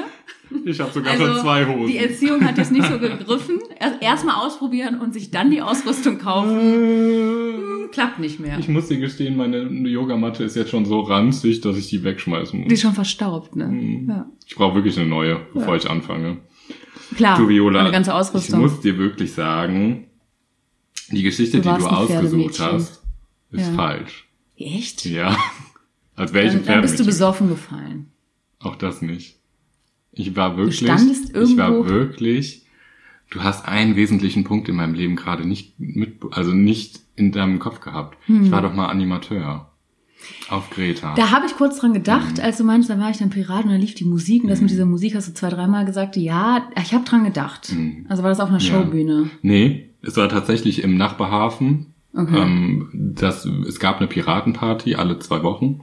C: Ich habe sogar
B: Also
C: schon zwei Hosen.
B: die Erziehung hat jetzt nicht so gegriffen. Erst- Erstmal ausprobieren und sich dann die Ausrüstung kaufen.
C: Äh,
B: Klappt nicht mehr.
C: Ich muss dir gestehen, meine Yogamatte ist jetzt schon so ranzig, dass ich die wegschmeißen
B: Die
C: muss.
B: ist schon verstaubt, ne?
C: Mhm.
B: Ja.
C: Ich brauche wirklich eine neue, bevor ich anfange.
B: Klar,
C: Du Viola,
B: meine Ah, ganze
C: Ich
B: Ausrüstung.
C: muss dir wirklich sagen, die Geschichte,
B: Du
C: die
B: warst
C: du
B: ein
C: ausgesucht
B: Pferdemädchen.
C: hast, ist
B: Ja.
C: falsch.
B: Echt?
C: Ja. Als wäre ich ein
B: Dann, dann bist du
C: Pferdemädchen.
B: besoffen gefallen.
C: Auch das nicht. Ich war wirklich.
B: standest
C: Ich war
B: irgendwo-
C: wirklich. Du hast einen wesentlichen Punkt in meinem Leben gerade nicht mit, also nicht in deinem Kopf gehabt. Ich war doch mal Animateur. Auf Greta.
B: Hm. Da habe ich kurz dran gedacht, als du meinst, dann war ich dann Pirat und dann lief die Musik und das
C: Mhm.
B: mit dieser Musik hast du zwei, dreimal gesagt, ja, ich habe dran gedacht. Also war das auf einer
C: Mhm. Ja.
B: Showbühne.
C: Nee, es war tatsächlich im Nachbarhafen.
B: Okay.
C: Ähm, das, es gab eine Piratenparty alle zwei Wochen.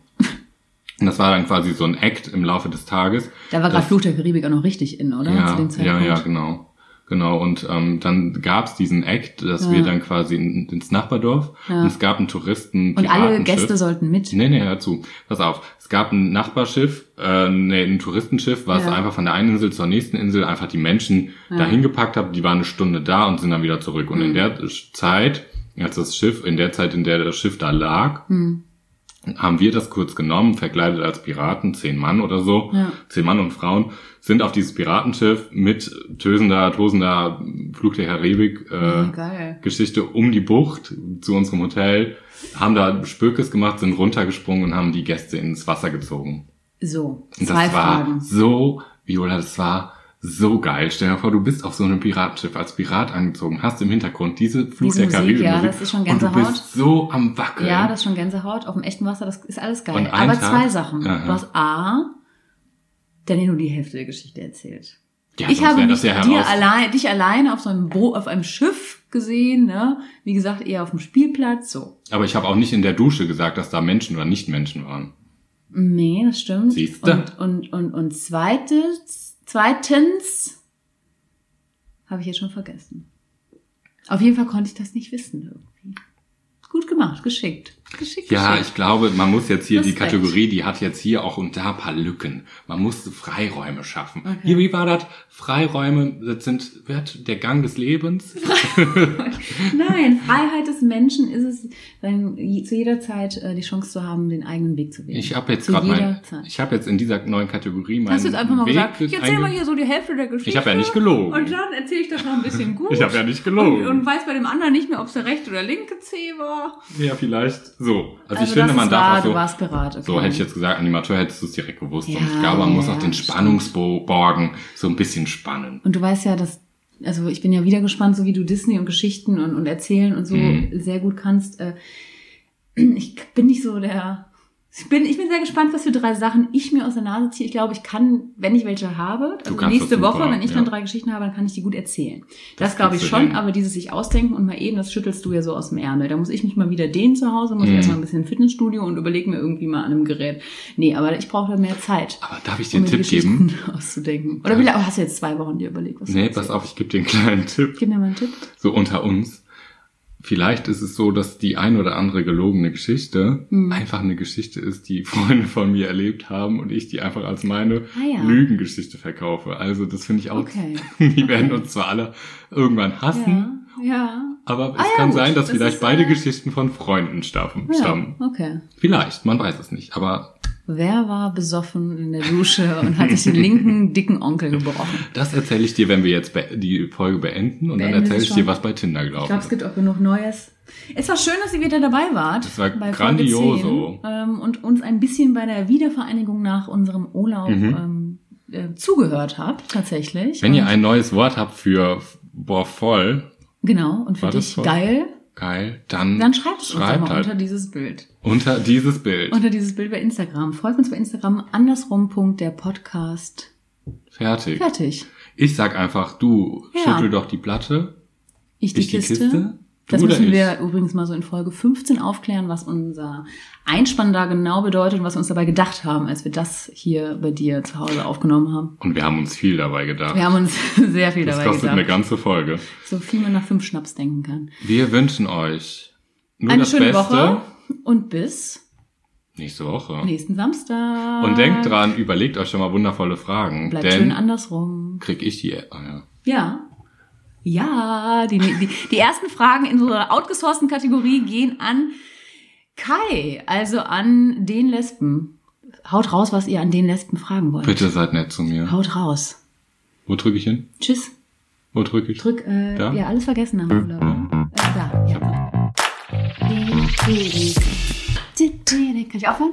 C: Und das war dann quasi so ein Act im Laufe des Tages.
B: Da war
C: Das-
B: gerade Fluch der Karibik auch noch richtig in, oder? Zu dem
C: ja,
B: Zeitpunkt.
C: ja, genau. Genau, und ähm, dann gab's diesen Act, dass wir dann quasi in, ins Nachbardorf und es gab einen Touristen.
B: Und alle
C: Piratenschiff.
B: Gäste sollten mit.
C: Nee, nee, hör zu. Pass auf. Es gab ein Nachbarschiff, äh, nee, ein Touristenschiff, was
B: Ja.
C: einfach von der einen Insel zur nächsten Insel einfach die Menschen dahin gepackt hat. Die waren eine Stunde da und sind dann wieder zurück. Und
B: Mhm.
C: in der Zeit, als das Schiff, in der Zeit, in der das Schiff da lag,
B: Hm.
C: haben wir das kurz genommen, verkleidet als Piraten, zehn Mann oder so,
B: Ja.
C: zehn Mann und Frauen, sind auf dieses Piratenschiff mit tösender, tosender Flug der Karibik, äh,
B: Ja, geil.
C: Geschichte um die Bucht zu unserem Hotel, haben da Spökes gemacht, sind runtergesprungen und haben die Gäste ins Wasser gezogen.
B: So,
C: Und
B: zwei
C: das war
B: Fragen.
C: so, Viola, das war so geil. Stell dir vor, du bist auf so einem Piratenschiff als Pirat angezogen, hast im Hintergrund diese Flug der
B: Diese Musik,
C: Karibik.
B: ja, das ist schon
C: und du
B: Gänsehaut.
C: bist so am Wackeln.
B: Ja, das ist schon Gänsehaut auf dem echten Wasser, das ist alles
C: Und
B: geil.
C: ein
B: Aber
C: Tag-
B: zwei Sachen.
C: Aha.
B: Was A, Danny nur die Hälfte der Geschichte erzählt.
C: Ja,
B: ich
C: sonst
B: habe
C: wär
B: mich
C: das ja
B: dir
C: heraus-
B: allein, dich alleine auf so einem Bo auf einem Schiff gesehen, ne? Wie gesagt, eher auf dem Spielplatz, so.
C: Aber ich habe auch nicht in der Dusche gesagt, dass da Menschen oder Nichtmenschen waren.
B: Nee, das stimmt.
C: Siehste.
B: Und, und, und, und zweites, zweitens habe ich jetzt schon vergessen. Auf jeden Fall konnte ich das nicht wissen irgendwie. Gut gemacht, geschickt. Geschickt.
C: Ja,
B: geschickt.
C: ich glaube, man muss jetzt hier die
B: Respekt.
C: Kategorie, die hat jetzt hier auch und da ein paar Lücken. Man muss Freiräume schaffen. Hier, wie war das? Freiräume das sind wird der Gang des Lebens.
B: Nein, Freiheit des Menschen ist es, wenn je- zu jeder Zeit äh, die Chance zu haben, den eigenen Weg zu wählen.
C: Ich habe jetzt
B: Zu
C: gerade
B: jeder
C: mein,
B: Zeit.
C: ich habe jetzt in dieser neuen Kategorie meinen
B: Hast du jetzt einfach mal
C: Weg
B: gesagt, ich erzähl
C: einge-
B: mal hier so die Hälfte der Geschichte.
C: Ich habe ja nicht gelogen.
B: Und dann erzähle ich das noch ein bisschen gut.
C: Ich habe ja nicht gelogen.
B: Und, und weiß bei dem anderen nicht mehr, ob es der rechte oder linke Zeh war.
C: ja, vielleicht so. Also, ich
B: Also
C: finde,
B: das
C: man
B: ist
C: darf
B: wahr,
C: auch so.
B: du warst Berat, okay.
C: So hätte ich jetzt gesagt, Animateur hättest du es direkt gewusst. und ich
B: Ja,
C: glaube, man muss
B: ja,
C: auch den
B: stimmt.
C: Spannungsbogen so ein bisschen spannen.
B: Und du weißt ja, dass, also ich bin ja wieder gespannt, so wie du Disney und Geschichten und, und Erzählen und so
C: Mhm.
B: sehr gut kannst. Äh, Ich bin nicht so der. Ich bin, ich bin sehr gespannt, was für drei Sachen ich mir aus der Nase ziehe. Ich glaube, ich kann, wenn ich welche habe, also
C: kannst
B: nächste
C: das super,
B: Woche, wenn ich dann
C: ja.
B: drei Geschichten habe, dann kann ich die gut erzählen. Das,
C: Das
B: glaube ich
C: kriegst du
B: schon,
C: hin.
B: aber dieses sich ausdenken und mal eben, das schüttelst du ja so aus dem Ärmel. Da muss ich mich mal wieder dehnen zu Hause, muss
C: Mhm.
B: erstmal ein bisschen Fitnessstudio und überlege mir irgendwie mal an einem Gerät. Nee, aber ich brauche da mehr Zeit
C: Aber darf ich dir einen
B: mir die
C: Tipp geben?
B: Geschichten auszudenken. Oder wie lange hast du jetzt zwei Wochen dir überlegt, was
C: Nee,
B: du
C: pass
B: erzählst?
C: auf, ich gebe dir einen kleinen Tipp.
B: Gib mir mal einen Tipp.
C: so unter uns. Vielleicht ist es so, dass die ein oder andere gelogene Geschichte
B: Mhm.
C: einfach eine Geschichte ist, die Freunde von mir erlebt haben und ich die einfach als meine
B: Ah ja.
C: Lügengeschichte verkaufe. Also das finde ich auch.
B: Okay.
C: Die werden uns zwar alle irgendwann hassen,
B: Ja. Ja.
C: aber es
B: Ah ja,
C: kann
B: gut.
C: sein, dass
B: Das
C: vielleicht
B: ist,
C: beide
B: äh,
C: Geschichten von Freunden stammen.
B: ja.
C: stammen.
B: Okay.
C: Vielleicht, man weiß es nicht. Aber
B: Wer war besoffen in der Dusche und hat sich den linken, dicken Onkel gebrochen?
C: das erzähle ich dir, wenn wir jetzt be- die Folge beenden und dann
B: Beenden
C: erzähle
B: Sie
C: ich
B: schon.
C: dir, was bei Tinder
B: Ich
C: gelaufen
B: glaube,
C: ist.
B: es gibt auch genug Neues. Es war schön, dass ihr wieder dabei wart.
C: Das war
B: bei Folge
C: grandioso.
B: 10, ähm, und uns ein bisschen bei der Wiedervereinigung nach unserem Urlaub ähm, äh, zugehört habt, tatsächlich.
C: Mhm. Wenn ihr
B: Und-
C: ein neues Wort habt für boah voll,
B: Genau, und für
C: War das
B: dich
C: voll?
B: geil,
C: Geil, dann,
B: dann schreibt es uns doch mal
C: halt
B: unter dieses Bild.
C: unter dieses Bild.
B: Unter dieses Bild bei Instagram. Folgt uns bei Instagram andersrum.derpodcast.
C: Fertig.
B: Fertig.
C: Ich sag einfach, du
B: Ja.
C: schüttel doch die Platte,
B: Ich die,
C: ich die Kiste,
B: Kiste.
C: du,
B: Das
C: oder
B: müssen
C: ich?
B: wir übrigens mal so in Folge 15 aufklären, was unser Einspann da genau bedeutet und was wir uns dabei gedacht haben, als wir das hier bei dir zu Hause aufgenommen haben.
C: Und wir haben uns viel dabei gedacht.
B: Wir haben uns sehr viel
C: das
B: dabei
C: kostet eine
B: gedacht.
C: ganze Folge.
B: So viel man nach fünf Schnaps denken kann.
C: Wir wünschen euch nur
B: Eine
C: das
B: schöne
C: Beste.
B: Woche und bis
C: Nächste Woche.
B: nächsten Samstag.
C: Und denkt dran, überlegt euch schon mal wundervolle Fragen.
B: Bleibt
C: denn
B: schön andersrum.
C: krieg ich die. Ah, ja.
B: Ja. Ja, die, die, die ersten Fragen in unserer outgesourcten Kategorie gehen an Kai, also an den Lesben. Haut raus, was ihr an den Lesben fragen wollt.
C: Bitte seid nett zu mir.
B: Haut raus.
C: Wo drücke ich hin?
B: Tschüss.
C: Wo drücke ich?
B: Drück, äh,
C: Da?
B: ja, alles vergessen haben wir, glaube ich. Äh, da, ja. Kann ich aufhören?